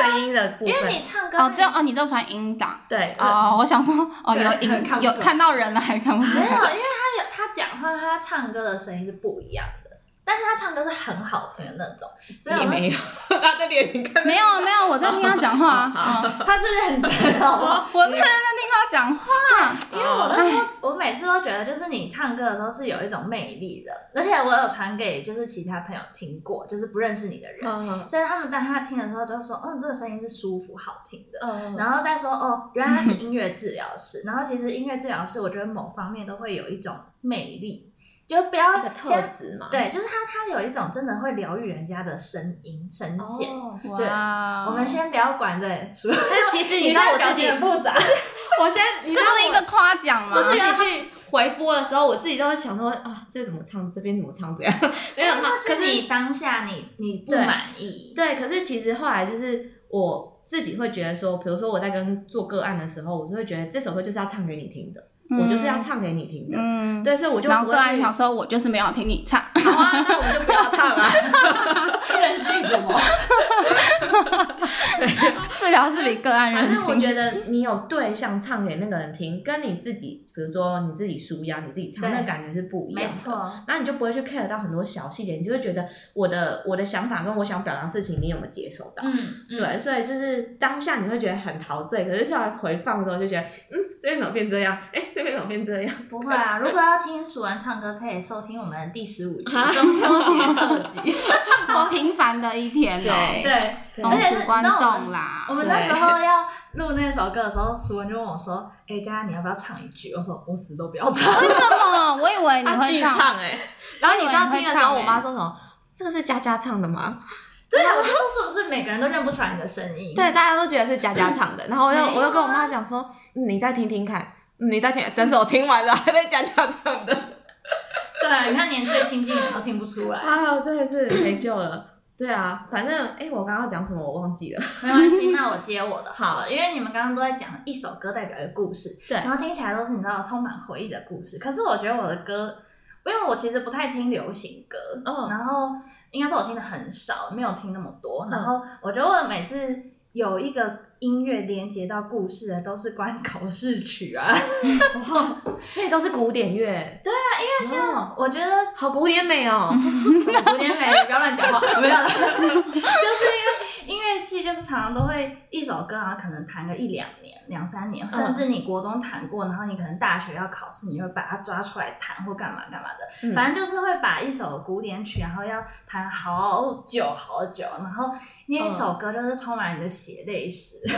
Speaker 2: 声音的部
Speaker 1: 因为
Speaker 2: 分
Speaker 1: 你。唱歌，
Speaker 3: 哦，只有哦，你就传音档。
Speaker 2: 对，呃
Speaker 3: 哦，我想说，哦，
Speaker 1: 对
Speaker 3: 有影
Speaker 1: 看不
Speaker 3: 有
Speaker 1: 出来
Speaker 3: 看到人了，还看不出
Speaker 1: 没有，因
Speaker 3: 来。
Speaker 1: 为他有他讲话，他唱歌的声音是不一样的，但是他唱歌是很好听的那种，所以我
Speaker 2: 也
Speaker 1: 就
Speaker 2: 没有，他的脸你看
Speaker 3: 没有没有，我在听他讲话，嗯，
Speaker 1: 他是认真，好 不好？
Speaker 3: 我真的在听他讲话。
Speaker 1: 因为我那时候，我每次都觉得，就是你唱歌的时候是有一种魅力的，而且我有传给就是其他朋友听过，就是不认识你的人，
Speaker 2: 嗯
Speaker 1: 所以他们当他听的时候就说，嗯，这个声音是舒服好听的，
Speaker 2: 嗯
Speaker 1: 然后再说哦，原来他是音乐治疗师，然后其实音乐治疗师，我觉得某方面都会有一种魅力。就不要
Speaker 2: 那个特
Speaker 1: 像
Speaker 2: 质嘛，
Speaker 1: 对，就是他他有一种真的会疗愈人家的声音声线。
Speaker 2: 哦，
Speaker 1: 对
Speaker 3: 哇，
Speaker 1: 我们先不要管对，说
Speaker 2: 但其实你知道我自己，
Speaker 1: 复杂，
Speaker 2: 我现在你
Speaker 3: 这
Speaker 2: 知道
Speaker 3: 不是一
Speaker 2: 我
Speaker 3: 个夸奖吗？
Speaker 2: 我自己去回播的时候，我自己都会想说啊，这怎么唱，这边怎么唱这样， 没有
Speaker 1: 那
Speaker 2: 可
Speaker 1: 是
Speaker 2: 是
Speaker 1: 你当下你你不
Speaker 2: 对
Speaker 1: 满意，
Speaker 2: 对，可是其实后来就是我自己会觉得说，比如说我在跟做个案的时候，我就会觉得这首歌就是要唱给你听的，我就是要唱给你听的。
Speaker 3: 嗯，
Speaker 2: 对，所以我就
Speaker 3: 然
Speaker 2: 不
Speaker 3: 后
Speaker 2: 会
Speaker 3: 个案
Speaker 2: 去
Speaker 3: 想说，我就是没有听你唱，
Speaker 2: 好啊，那我们就不要唱啊 了。
Speaker 1: 任性什么？
Speaker 3: 治疗是比个 案
Speaker 2: 反
Speaker 3: 任
Speaker 2: 正我
Speaker 3: 性。
Speaker 2: 觉得你有对象唱给那个人听，跟你自己，比如说你自己舒压，你自己唱，
Speaker 1: 对
Speaker 2: 那感觉是不一 样
Speaker 1: 没
Speaker 2: 的。
Speaker 1: 错，
Speaker 2: 那你就不会去 care 到很多小细节，你就会觉得我的我的想法跟我想表达的事情，你有没有接收到？
Speaker 1: 嗯，嗯，
Speaker 2: 对，所以就是当下你会觉得很陶醉，可是后来回放的时候就觉得，嗯，这边怎么变这样？哎、那边怎么变这样？
Speaker 1: 不会啊。如果要听蜀文唱歌，可以收听我们第十五 集中秋节特辑。
Speaker 3: 什么平凡的一天哦，
Speaker 1: 对，而
Speaker 3: 忠
Speaker 1: 且是你
Speaker 3: 实观
Speaker 1: 知道我
Speaker 3: 众
Speaker 1: 们
Speaker 3: 啦
Speaker 1: 我。们那时候要录那首歌的时候，淑文就问我说：“哎、佳佳，你要不要唱一句？”我说：“我死都不要唱。
Speaker 3: 为什么？我以为你
Speaker 2: 他
Speaker 3: 会
Speaker 2: 巨
Speaker 3: 唱，
Speaker 2: 唱哎、然后你知道听的时
Speaker 3: 我以为你会唱
Speaker 2: 候，
Speaker 3: 欸
Speaker 2: 我妈说什么？这个是佳佳唱的吗？”
Speaker 1: 对啊，我就说是不是每个人都认不出来你的声音？
Speaker 2: 对，大家都觉得是佳佳唱的。然后我又
Speaker 1: 没有啊
Speaker 2: 我又跟我妈讲说，嗯你再听听看，嗯你再听，整首听完了，还在佳佳唱 的。
Speaker 1: 对，啊你看连最亲近的都听不出来，
Speaker 2: 哎呦，真的是没救了。对啊，反正哎、我刚刚讲什么我忘记了。
Speaker 1: 没关系，那我接我的好了，因为你们刚刚都在讲一首歌代表一个故事，
Speaker 2: 对
Speaker 1: 然后听起来都是你知道充满回忆的故事。可是我觉得我的歌，因为我其实不太听流行歌，
Speaker 2: 嗯
Speaker 1: 然后应该说我听的很少，没有听那么多。
Speaker 2: 嗯
Speaker 1: 然后我觉得我每次有一个音乐连接到故事的，都是关考试曲啊。
Speaker 2: 哦 那都是古典乐，对，啊
Speaker 1: 因为像我觉得
Speaker 2: 好古典美哦。
Speaker 1: 古典 美，不要乱讲话，没有啦， 就是因为音乐系就是常常都会一首歌，然后可能弹个一两年、两三年，甚至你国中弹过，然后你可能大学要考试，你会把它抓出来弹或干嘛干嘛的，
Speaker 2: 嗯
Speaker 1: 反正就是会把一首古典曲，然后要弹好久好久，然后那一首歌就是充满你的血泪史，
Speaker 2: 嗯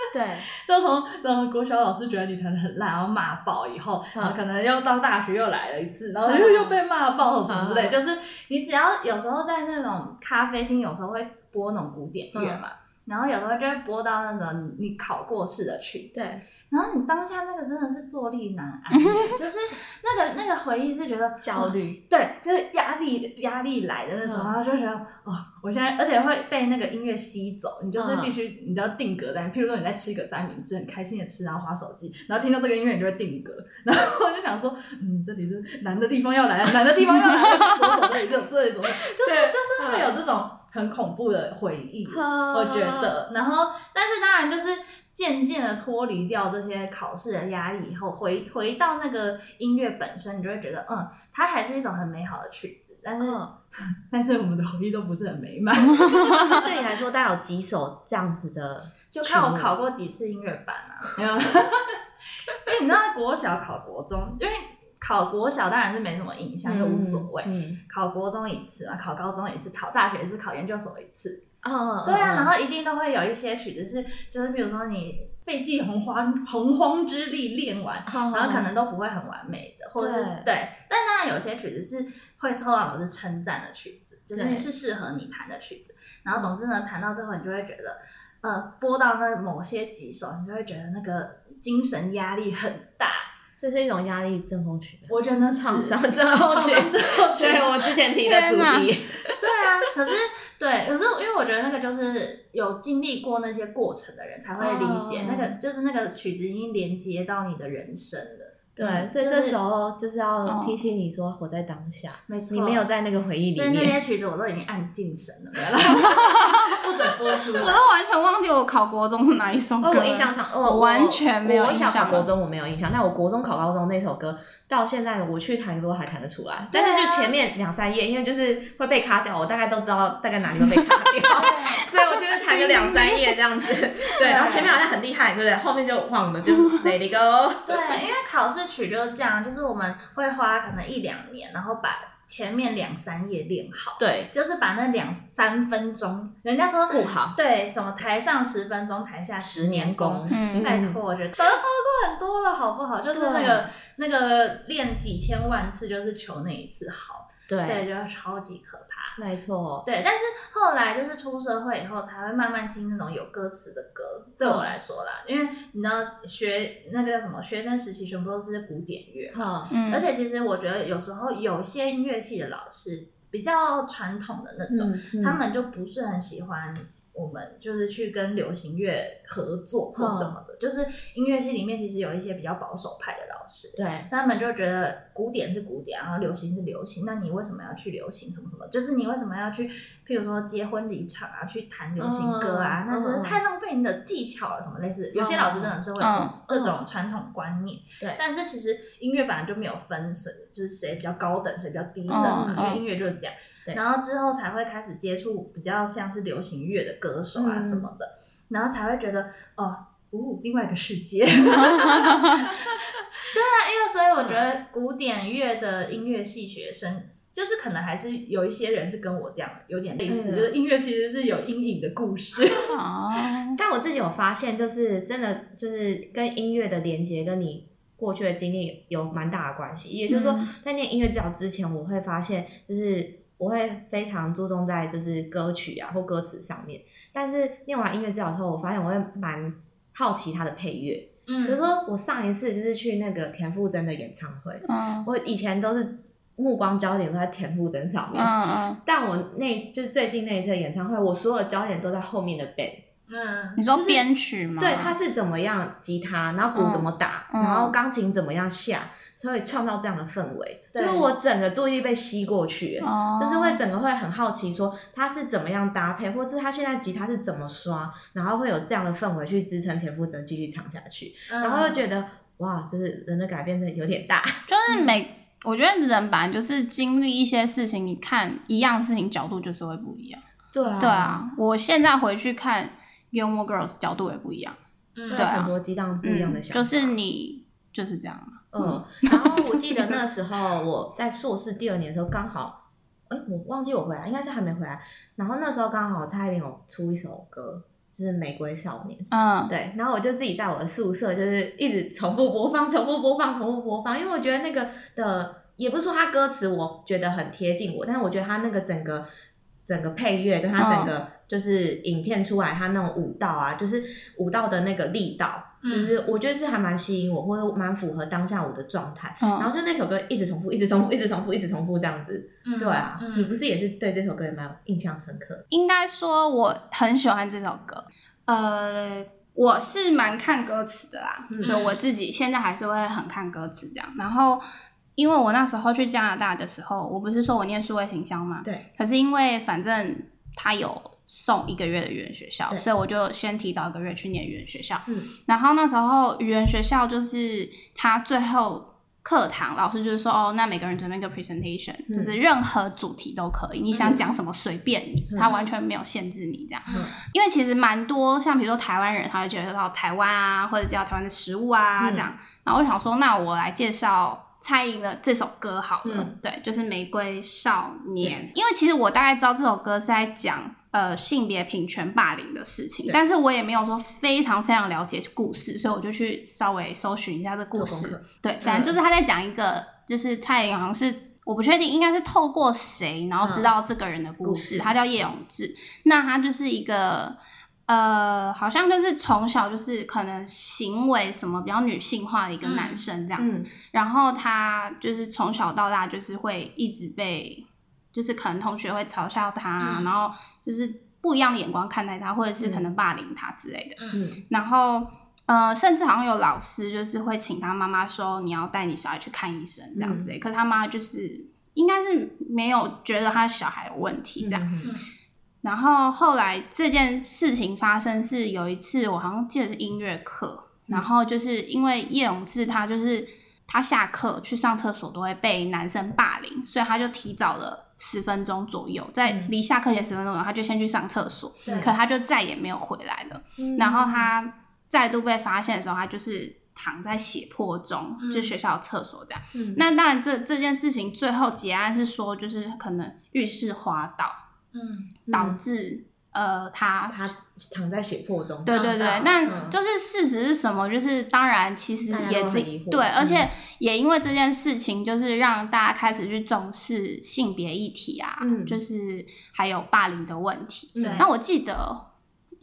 Speaker 2: 对，
Speaker 1: 就从嗯国小老师觉得你弹的很烂，然后骂爆以后，
Speaker 2: 嗯
Speaker 1: 然后可能又到大学又来了一次，然后又又被骂爆什么之类。
Speaker 2: 嗯
Speaker 1: 就是你只要有时候在那种咖啡厅，有时候会播那种古典乐
Speaker 2: 嗯
Speaker 1: 嘛，然后有时候就会播到那种你考过试的曲，
Speaker 2: 对，
Speaker 1: 然后你当下那个真的是坐立难安耶， 就是那个那个回忆是觉得
Speaker 2: 焦。虑。
Speaker 1: 对，就是压力压力来的那种，
Speaker 2: 嗯
Speaker 1: 然后就觉得哦，我现在而且会被那个音乐吸走，你就是必须、你就要定格在，譬如说你在吃一个三明治，很开心的吃，然后划手机，然后听到这个音乐你就会定格， 然后我就想说，嗯，这里是难的地方要来了，难的地方要来 了，左手这里就这里左手，就是
Speaker 2: 对
Speaker 1: 就是会有这种很恐怖的回忆。我
Speaker 2: 我
Speaker 1: 觉，得。然后，但是当然就是渐渐的脱离掉这些考试的压力以后，回回到那个音乐本身，你就会觉得，嗯，它还是一首很美好的曲子。但是，
Speaker 2: 嗯，
Speaker 1: 但是我们的回忆都不是很美满。
Speaker 2: 那对你来说，大概有几首这样子的？
Speaker 1: 就看我考过几次音乐班 啊，没有。因为你知道国小考国中，因为考国小当然是没什么印象，就无所谓。
Speaker 2: 嗯，
Speaker 1: 考国中一次嘛，啊考高中一次，考大学一次，考研究所一次。
Speaker 2: 嗯，
Speaker 1: 对啊，
Speaker 2: 嗯
Speaker 1: 然后一定都会有一些曲子是，就是比如说你费尽洪荒洪荒之力练完，
Speaker 2: 嗯
Speaker 1: 然后可能都不会很完美的，或者是
Speaker 2: 对
Speaker 1: 对。但当然有些曲子是会受到老师称赞的曲子，就是
Speaker 2: 对
Speaker 1: 是适合你弹的曲子。然后总之呢，弹到最后你就会觉得，呃，播到那某些几首，你就会觉得那个精神压力很大。
Speaker 2: 这是一种压力症候群。
Speaker 1: 我觉得那是
Speaker 2: 创伤症候群
Speaker 1: 创伤症候 群
Speaker 2: 对我之前提的主题，
Speaker 1: 对啊，可是对，可是因为我觉得那个就是有经历过那些过程的人才会理解
Speaker 2: 哦
Speaker 1: 那个就是那个曲子已经连接到你的人生了。
Speaker 2: 对，
Speaker 1: 嗯
Speaker 2: 所以
Speaker 1: 就是
Speaker 2: 这时候就是哦要提醒你说，活在当下，
Speaker 1: 没错，
Speaker 2: 你没有，在那个回忆
Speaker 1: 所
Speaker 2: 里
Speaker 1: 以那
Speaker 2: 面。
Speaker 1: 些曲子我都已经按进神了，没有啦 不准播出
Speaker 3: 我
Speaker 1: 来。
Speaker 3: 都完全忘记我考国中是哪一首歌
Speaker 2: 哦，
Speaker 3: 了。
Speaker 2: 我印象上，哦，我
Speaker 3: 完全没有
Speaker 2: 国小
Speaker 3: 印象
Speaker 2: 考国中我没有印象，但我国中考高中那首歌，到现在我去弹都还弹得出来，但是就前面两三页，因为就是会被卡掉，我大概都知道大概哪里会被卡 掉，所以我就是弹个两三页这样子。对，然后前面好像很厉害，对不对？后面就忘了，就 let it go。
Speaker 1: 对，因为考试曲就是这样，就是我们会花可能一两年，然后把前面两三页练好，
Speaker 2: 对，
Speaker 1: 就是把那两三分钟，人家说
Speaker 2: 顾好
Speaker 1: 对什么台上十分钟，台下
Speaker 2: 十年
Speaker 1: 功
Speaker 2: 功。。
Speaker 3: 嗯，
Speaker 1: 拜托，我觉得早就超过很多了，好不好？就是那个那个练几千万次，就是求那一次好，所以
Speaker 2: 对，
Speaker 1: 就超级可怕。
Speaker 2: 没错，
Speaker 1: 对，但是后来就是出社会以后，才会慢慢听那种有歌词的歌。对
Speaker 2: 嗯
Speaker 1: 我来说啦，因为你知道学那个叫什么，学生时期全部都是古典乐，
Speaker 2: 嗯，
Speaker 3: 嗯，
Speaker 1: 而且其实我觉得有时候有些音乐系的老师比较传统的那种，
Speaker 2: 嗯
Speaker 1: 他们就不是很喜欢我们就是去跟流行乐合作或什么的。就是音乐系里面其实有一些比较保守派的老师，
Speaker 2: 对，
Speaker 1: 他们就觉得古典是古典，然后流行是流行，那你为什么要去流行什么什么？就是你为什么要去，譬如说结婚离场啊，去弹流行歌啊，
Speaker 2: 嗯
Speaker 1: 那真
Speaker 2: 嗯嗯
Speaker 1: 是太浪费你的技巧了，什么类似。有些老师真的是会有
Speaker 3: 嗯
Speaker 1: 这种传统观念，
Speaker 2: 对
Speaker 1: 但是其实音乐本来就没有分谁，就是谁比较高等，谁比较低等
Speaker 3: 嗯
Speaker 1: 嘛，
Speaker 3: 嗯
Speaker 1: 因为音乐就是这样。
Speaker 2: 对
Speaker 1: 然后之后才会开始接触比较像是流行乐的歌手啊
Speaker 2: 嗯
Speaker 1: 什么的，然后才会觉得哦。哦，另外一个世 界，对啊因为所以我觉得古典乐的音乐系学生，就是可能还是有一些人是跟我这样有点类似，
Speaker 2: 嗯
Speaker 1: 就是音乐其实是有阴影的故事。
Speaker 3: 哦，
Speaker 2: 但我自己有发现，就是真的就是跟音乐的连接，跟你过去的经历有蛮大的关系。也就是说
Speaker 3: 嗯，
Speaker 2: 在念音乐治疗之前，我会发现，就是我会非常注重在就是歌曲啊或歌词上面。但是念完音乐治疗之后，我发现我会蛮好奇它的配乐。
Speaker 1: 嗯
Speaker 2: 比如说，我上一次就是去那个田馥甄的演唱会，
Speaker 3: 嗯
Speaker 2: 我以前都是目光焦点都在田馥甄上面。
Speaker 3: 嗯嗯，
Speaker 2: 但我那一次就是最近那一次的演唱会，我所有的焦点都在后面的 band，
Speaker 1: 嗯
Speaker 3: 你说
Speaker 2: 就是
Speaker 3: 编曲吗？
Speaker 2: 对，他是怎么样吉他，然后鼓怎么打，
Speaker 3: 嗯嗯嗯
Speaker 2: 然后钢琴怎么样下，才会创造这样的氛围。就
Speaker 1: 对
Speaker 2: 是我整个注意力被吸过去，
Speaker 3: 哦，
Speaker 2: 就是会整个会很好奇说他是怎么样搭配，或是他现在吉他是怎么刷，然后会有这样的氛围去支撑田馥甄继续唱下去，
Speaker 1: 嗯
Speaker 2: 然后又觉得。哇，就是人的改变真的有点大，
Speaker 3: 就是每。我觉得人本来就是经历一些事情，你看一样事情角度就是会不一样。
Speaker 2: 对啊，
Speaker 3: 对，啊，我现在回去看《Gilmore Girls》角度也不一样。
Speaker 1: 嗯
Speaker 3: 对啊嗯
Speaker 2: 很多激荡不一样的想法，
Speaker 3: 就是你就是这样。啊
Speaker 2: 嗯，然后我记得那时候我在硕士第二年的时候，刚好，哎、我忘记我回来，应该是还没回来。然后那时候刚好蔡依林有出一首歌，就是《玫瑰少年》。
Speaker 3: 嗯，
Speaker 2: 对，然后我就自己在我的宿舍，就是一直重复播放、重复播放、重复播放，因为我觉得那个的，也不是说它歌词我觉得很贴近我，但是我觉得它那个整个整个配乐跟它整个就是影片出来，它那种舞蹈啊，就是舞蹈的那个力道，
Speaker 1: 嗯
Speaker 2: 就是我觉得是还蛮吸引我，或者蛮符合当下我的状态。然
Speaker 3: 嗯，
Speaker 2: 后就那首歌一直重复，一直重复，一直重复，一直重复这样子。
Speaker 1: 嗯
Speaker 2: 对啊，你
Speaker 1: 嗯
Speaker 2: 不是也是对这首歌也蛮有印象深刻的？
Speaker 3: 应该说我很喜欢这首歌。呃，我是蛮看歌词的啦，
Speaker 2: 嗯
Speaker 3: 就我自己现在还是会很看歌词这样。然后，因为我那时候去加拿大的时候，我不是说我念数位行销嘛，
Speaker 2: 对，
Speaker 3: 可是因为反正他有送一个月的语言学校，
Speaker 2: 对
Speaker 3: 所以我就先提早一个月去念语言学校。
Speaker 2: 嗯，
Speaker 3: 然后那时候语言学校就是他最后课堂老师就是说，哦，那每个人准备一个 presentation，、
Speaker 2: 嗯
Speaker 3: 就是任何主题都可以，你想讲什么随便你，
Speaker 2: 嗯
Speaker 3: 他完全没有限制你这样。
Speaker 2: 嗯
Speaker 3: 因为其实蛮多像比如说台湾人，他会介绍到台湾啊，或者介绍台湾的食物啊、
Speaker 2: 嗯
Speaker 3: 这样。然后我想说，那我来介绍。蔡依林的这首歌好了，
Speaker 2: 嗯
Speaker 3: 对，就是《玫瑰少年》，因为其实我大概知道这首歌是在讲呃性别平权霸凌的事情，
Speaker 2: 对
Speaker 3: 但是我也没有说非常非常了解故事，所以我就去稍微搜寻一下这故
Speaker 2: 做功
Speaker 3: 事
Speaker 2: 课。嗯
Speaker 3: 对，反正就是他在讲一个，就是蔡依林好像是我不确定，应该是透过谁，然后
Speaker 2: 嗯
Speaker 3: 知道这个人的故
Speaker 2: 嗯
Speaker 3: 事。
Speaker 2: 故事
Speaker 3: 他叫叶永志，那他就是一个。呃，好像就是从小就是可能行为什么比较女性化的一个男生这样子，
Speaker 2: 嗯
Speaker 3: 然后他就是从小到大就是会一直被，就是可能同学会嘲笑他，
Speaker 1: 嗯
Speaker 3: 然后就是不一样的眼光看待他，或者是可
Speaker 2: 嗯
Speaker 3: 能霸凌他之类的。
Speaker 2: 嗯，
Speaker 3: 然后呃，甚至好像有老师就是会请他妈妈说你要带你小孩去看医生这
Speaker 2: 嗯
Speaker 3: 样子、欸可是他妈就是应该是没有觉得他小孩有问题这样。
Speaker 2: 嗯
Speaker 3: 然后后来这件事情发生是有一次，我好像记得是音乐课，
Speaker 2: 嗯
Speaker 3: 然后就是因为叶永志他就是他下课去上厕所都会被男生霸凌，所以他就提早了。十分钟左右，在
Speaker 2: 嗯
Speaker 3: 离下课前十分钟左右，他就先去上厕所，
Speaker 1: 对
Speaker 3: 可他就再也没有回来了。
Speaker 2: 嗯
Speaker 3: 然后他再度被发现的时候，他就是躺在血泊中，
Speaker 1: 嗯
Speaker 3: 就学校的厕所这样。
Speaker 2: 嗯
Speaker 3: 那当然这，这件事情最后结案是说，就是可能浴室滑倒
Speaker 1: 嗯
Speaker 3: 导致、呃他
Speaker 2: 他躺在血泊中，
Speaker 3: 对对对
Speaker 1: 撞到，
Speaker 3: 那
Speaker 2: 嗯
Speaker 3: 就是事实是什么？就是当然，其实
Speaker 2: 大家
Speaker 3: 也
Speaker 2: 都
Speaker 3: 只
Speaker 2: 很疑惑
Speaker 3: 对，
Speaker 2: 嗯
Speaker 3: 而且也因为这件事情，就是让大家开始去重视性别议题啊，
Speaker 2: 嗯
Speaker 3: 就是还有霸凌的问题。
Speaker 1: 对
Speaker 3: 那我记得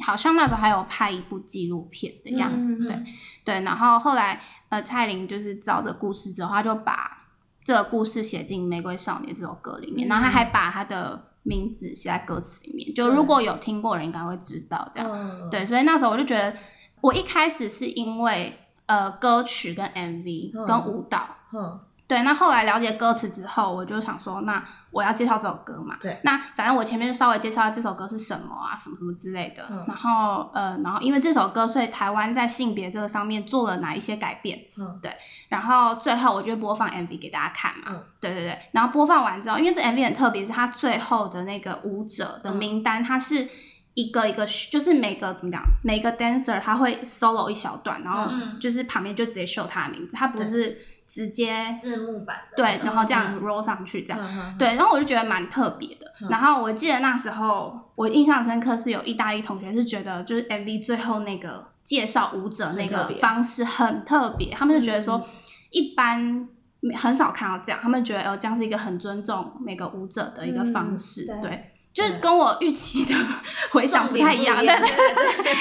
Speaker 3: 好像那时候还有拍一部纪录片的样子，
Speaker 1: 嗯
Speaker 3: 对
Speaker 1: 嗯
Speaker 3: 对。然后后来呃，蔡琳就是照着故事之后，她就把这个故事写进《玫瑰少年》这首歌里面，然后她还把她的名字写在歌词里面。就
Speaker 2: 嗯对
Speaker 3: 如果有听过的人，应该会知道这样。
Speaker 2: 嗯，
Speaker 3: 对，所以那时候我就觉得，我一开始是因为呃歌曲跟 MV
Speaker 2: 嗯
Speaker 3: 跟舞蹈，
Speaker 2: 嗯，
Speaker 3: 对，那后来了解歌词之后，我就想说，那我要介绍这首歌嘛，
Speaker 2: 对
Speaker 3: 那反正我前面就稍微介绍这首歌是什么啊，什么什么之类的，
Speaker 2: 嗯
Speaker 3: 然后呃，然后因为这首歌，所以台湾在性别这个上面做了哪一些改变，
Speaker 2: 嗯，
Speaker 3: 对，然后最后我就播放 MV 给大家看嘛，
Speaker 2: 嗯
Speaker 3: 对对对，然后播放完之后，因为这 MV 很特别，是它最后的那个舞者
Speaker 2: 嗯
Speaker 3: 的名单，它是一个一个，就是每个怎么讲，每个 dancer 他会 solo 一小段，然后
Speaker 1: 嗯
Speaker 3: 就是旁边就直接秀他的名字，他不是直接
Speaker 1: 字幕版的
Speaker 3: 对，然后这样
Speaker 2: 嗯
Speaker 3: roll 上去这样，
Speaker 2: 嗯，
Speaker 3: 对，然后我就觉得蛮特别的。
Speaker 2: 嗯
Speaker 3: 然后我记得那时候我印象深刻是有意大利同学是觉得就是 MV 最后那个介绍舞者那
Speaker 2: 很特
Speaker 3: 个
Speaker 2: 别嗯
Speaker 3: 方式很特别，他们就觉得说一般很少看到这样，他们觉得哦这样是一个很尊重每个舞者的一个方
Speaker 2: 嗯
Speaker 3: 式，
Speaker 2: 对
Speaker 3: 对。就是跟我预 期的回想不太一样，
Speaker 1: 重
Speaker 3: 但
Speaker 1: 点
Speaker 3: 是
Speaker 1: 不一样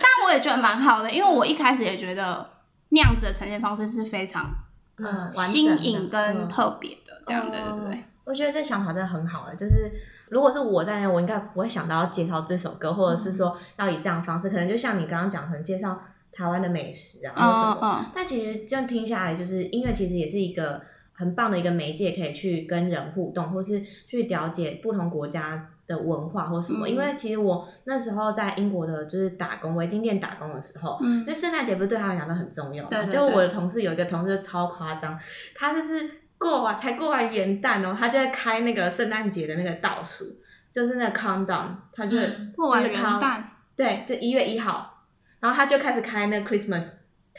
Speaker 3: 但我也觉得蛮好的，因为
Speaker 2: 嗯
Speaker 3: 我一开始也觉得那样子的呈现方式是非常
Speaker 2: 嗯
Speaker 1: 完整的
Speaker 3: 新颖跟
Speaker 2: 嗯
Speaker 3: 特别的，这样对对对
Speaker 2: 哦。我觉得这想法真的很好哎、就是如果是我在那，我应该不会想到要介绍这首歌，或者是
Speaker 3: 嗯
Speaker 2: 说要以这样的方式，可能就像你刚刚讲，可能介绍台湾的美食啊，或什么
Speaker 3: 嗯。嗯，
Speaker 2: 但其实这样听下来，就是音乐其实也是一个很棒的一个媒介，可以去跟人互动，或是去了解不同国家的文化或什么。
Speaker 3: 嗯
Speaker 2: 因为其实我那时候在英国的就是打工围巾店打工的时候。
Speaker 3: 嗯
Speaker 2: 因为圣诞节不是对他来讲都很重要嘛？
Speaker 3: 对对对
Speaker 2: 结果我的同事有一个同事就超夸张，他就是过完才过完元旦哦，他就在开那个圣诞节的那个倒数，就是那个 countdown，他就、
Speaker 1: 嗯
Speaker 3: 过完
Speaker 2: 就是
Speaker 3: 元
Speaker 2: count-
Speaker 3: 旦，
Speaker 2: 对，就一月一号，然后他就开始开那个 Christmas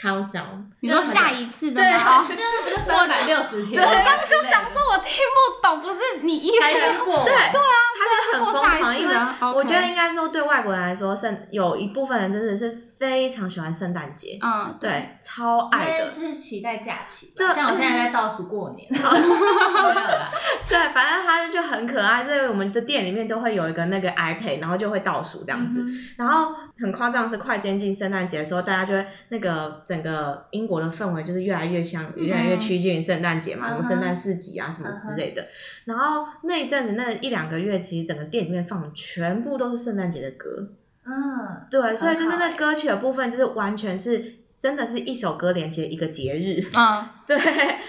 Speaker 2: countdown。
Speaker 3: 你说下
Speaker 2: 一
Speaker 3: 一次的
Speaker 2: 对
Speaker 3: 吗？哦
Speaker 1: 这样子不就三百六十天？
Speaker 2: 对我刚
Speaker 1: 就想
Speaker 3: 说 我听不懂，不是你一
Speaker 2: 才
Speaker 3: 月
Speaker 2: 能过，
Speaker 3: 对
Speaker 2: 对啊，
Speaker 3: 是
Speaker 2: 他是很
Speaker 3: 过
Speaker 2: 疯
Speaker 3: 下
Speaker 2: 狂，
Speaker 3: 一
Speaker 2: 因
Speaker 3: 次
Speaker 2: 为
Speaker 3: 的。
Speaker 2: 我觉得
Speaker 3: OK
Speaker 2: 应该说对外国人来说，圣有一部分人真的是非常喜欢圣诞节，
Speaker 3: 嗯，
Speaker 2: 对，超爱
Speaker 1: 但
Speaker 2: 的，
Speaker 1: 是期待假期吧，
Speaker 2: 这
Speaker 1: 像我现在在倒数过 年，啊没有啦
Speaker 2: 对，反正他就很可爱，所以我们的店里面都会有一个那个 iPad，然后就会倒数这样子，
Speaker 1: 嗯
Speaker 2: 然后很夸张的是，快接近圣诞节的时候，大家就会那个整个英国的氛围就是越来越像，越来越趋近于圣诞节嘛，
Speaker 1: 嗯
Speaker 2: 什么圣诞市集啊什么之类的。然后那一阵子那一两个月，其实整个店里面放的全部都是圣诞节的歌，
Speaker 1: 嗯，
Speaker 2: 对，所以就是
Speaker 1: 很好
Speaker 2: 那歌曲的部分，就是完全是真的是一首歌连接一个节日，
Speaker 3: 嗯，
Speaker 2: 对，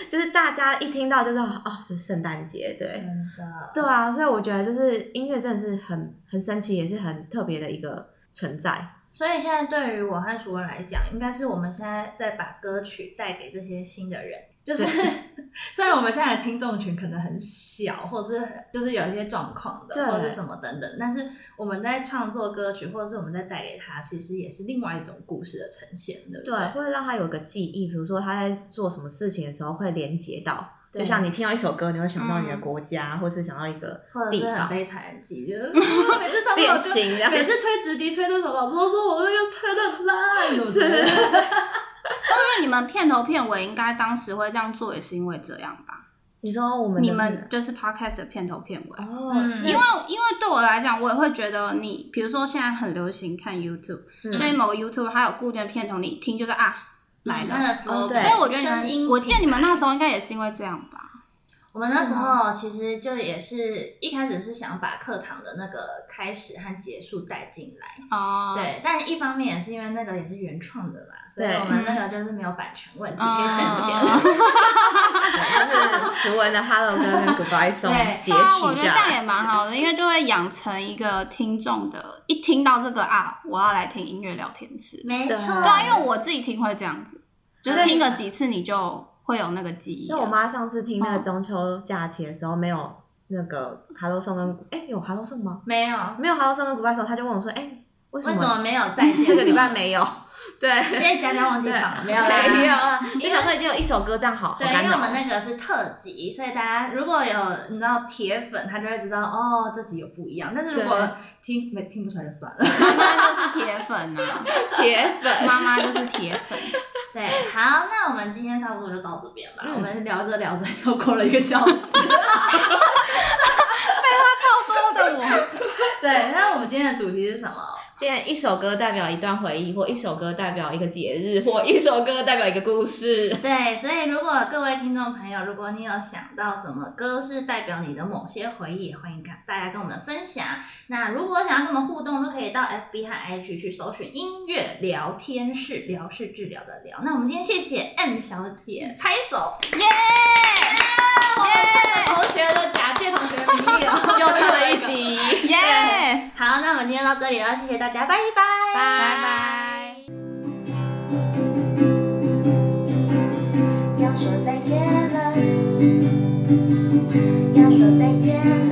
Speaker 2: 就是大家一听到就是哦是圣诞节，对。
Speaker 1: 真的，
Speaker 2: 对啊，所以我觉得就是音乐真的是很很神奇，也是很特别的一个存在。
Speaker 1: 所以现在对于我和楚文来讲，应该是我们现在在把歌曲带给这些新的人。就是 虽然我们现在的听众群可能很小，或是就是有一些状况
Speaker 2: 对
Speaker 1: 的，或者什么等等，但是我们在创作歌曲，或者是我们在带给他，其实也是另外一种故事的呈现，对不
Speaker 2: 对，会让他有个记忆，比如说他在做什么事情的时候会连接到，
Speaker 1: 对嗯
Speaker 2: 就像你听到一首歌，你会想到你的国家，或是想到一个
Speaker 1: 或者
Speaker 2: 地
Speaker 1: 是很
Speaker 2: 方，
Speaker 1: 悲惨的记忆，就是我每次唱这
Speaker 2: 恋
Speaker 1: 首歌，
Speaker 2: 情这样。
Speaker 1: 每次吹直笛吹这首，老师都说我那个吹的很烂，怎么怎么
Speaker 2: 对
Speaker 1: 的。
Speaker 3: 因为你们片头片尾应该当时会这样做，也是因为这样吧？
Speaker 2: 你说我们的
Speaker 3: 你们就是 podcast 的片头片尾。
Speaker 2: 哦，
Speaker 1: 嗯
Speaker 3: 因为因为对我来讲，我也会觉得你，比如说现在很流行看 YouTube，、
Speaker 2: 嗯
Speaker 3: 所以某个 YouTube 它有固定的片头，你一听就是啊来了。
Speaker 1: 那
Speaker 2: 哦对
Speaker 3: 所以我觉得
Speaker 1: 声
Speaker 3: 你
Speaker 1: 音
Speaker 3: 们，我记得你们
Speaker 1: 品牌
Speaker 3: 那时候应该也是因为这样吧？
Speaker 1: 我们那时候其实就也是一开始是想把课堂的那个开始和结束带进来，
Speaker 3: 哦，，
Speaker 1: 对，但一方面也是因为那个也是原创的嘛，所以
Speaker 2: 对
Speaker 1: 我们那个就是没有版权问题，可以省
Speaker 3: 哦
Speaker 1: 钱。
Speaker 2: 就是熟文的 Hello 跟 Goodbye Song
Speaker 1: 对哦
Speaker 2: 截
Speaker 3: 对啊，我
Speaker 2: 取
Speaker 3: 觉得
Speaker 2: 下
Speaker 3: 这样
Speaker 2: 来。
Speaker 3: 也蛮好的，因为就会养成一个听众的，一听到这个啊，我要来听音乐聊天室。对
Speaker 1: 没错，
Speaker 2: 对
Speaker 3: 啊，因为我自己听会这样子，就是
Speaker 2: 对
Speaker 3: 听个几次你就会有那个记忆啊
Speaker 2: 就
Speaker 3: 了。
Speaker 2: 我妈上次听
Speaker 1: 嗯
Speaker 2: 那个中秋假期的时候，没有那个 Hello Song 跟哎、有 Hello Song 吗？
Speaker 1: 没有，
Speaker 2: 没有 Hello Song 跟 Goodbye Song，她就问我说：“哎、为为
Speaker 1: 为什么没有再见？
Speaker 2: 这个礼拜，没有？对，
Speaker 1: 因为佳佳忘记放了，没有啦。
Speaker 2: 没有啊，
Speaker 1: 因为
Speaker 2: 就想说已经有一首歌这样好，好哦
Speaker 1: 对，因
Speaker 2: 干
Speaker 1: 为
Speaker 2: 扰
Speaker 1: 我。们那个是特辑，所以大家如果有你知道铁粉，他就会知道哦，这集有不一样。但是如
Speaker 2: 对
Speaker 1: 果听没听不出来就算了。
Speaker 3: 妈妈就是铁粉啊，
Speaker 2: 铁粉，
Speaker 3: 妈妈就是铁粉。
Speaker 1: 对，好，那我们今天差不多就到这边吧。
Speaker 2: 嗯
Speaker 1: 我们聊着聊着又过了一个小时。
Speaker 3: 超多的我，
Speaker 1: 对，那我们今天的主题是什么？
Speaker 2: 今天一首歌代表一段回忆，或一首歌代表一个节日，或一首歌代表一个故事。
Speaker 1: 对，所以如果各位听众朋友，如果你有想到什么歌是代表你的某些回忆，也欢迎跟大家跟我们分享。那如果想要跟我们互动，都可以到 FB 和 H 去搜寻“音乐聊天室”，聊是治疗的聊。那我们今天谢谢 M 小姐，拍手！
Speaker 3: 耶！
Speaker 1: 我们趁着同学的假借同学名义 哦
Speaker 2: 又上了一集，
Speaker 3: 耶！
Speaker 1: 好，那我们今天到这里了，谢谢大家，拜拜，
Speaker 2: 拜
Speaker 3: 拜拜。
Speaker 4: 要说再见了，要说再见了。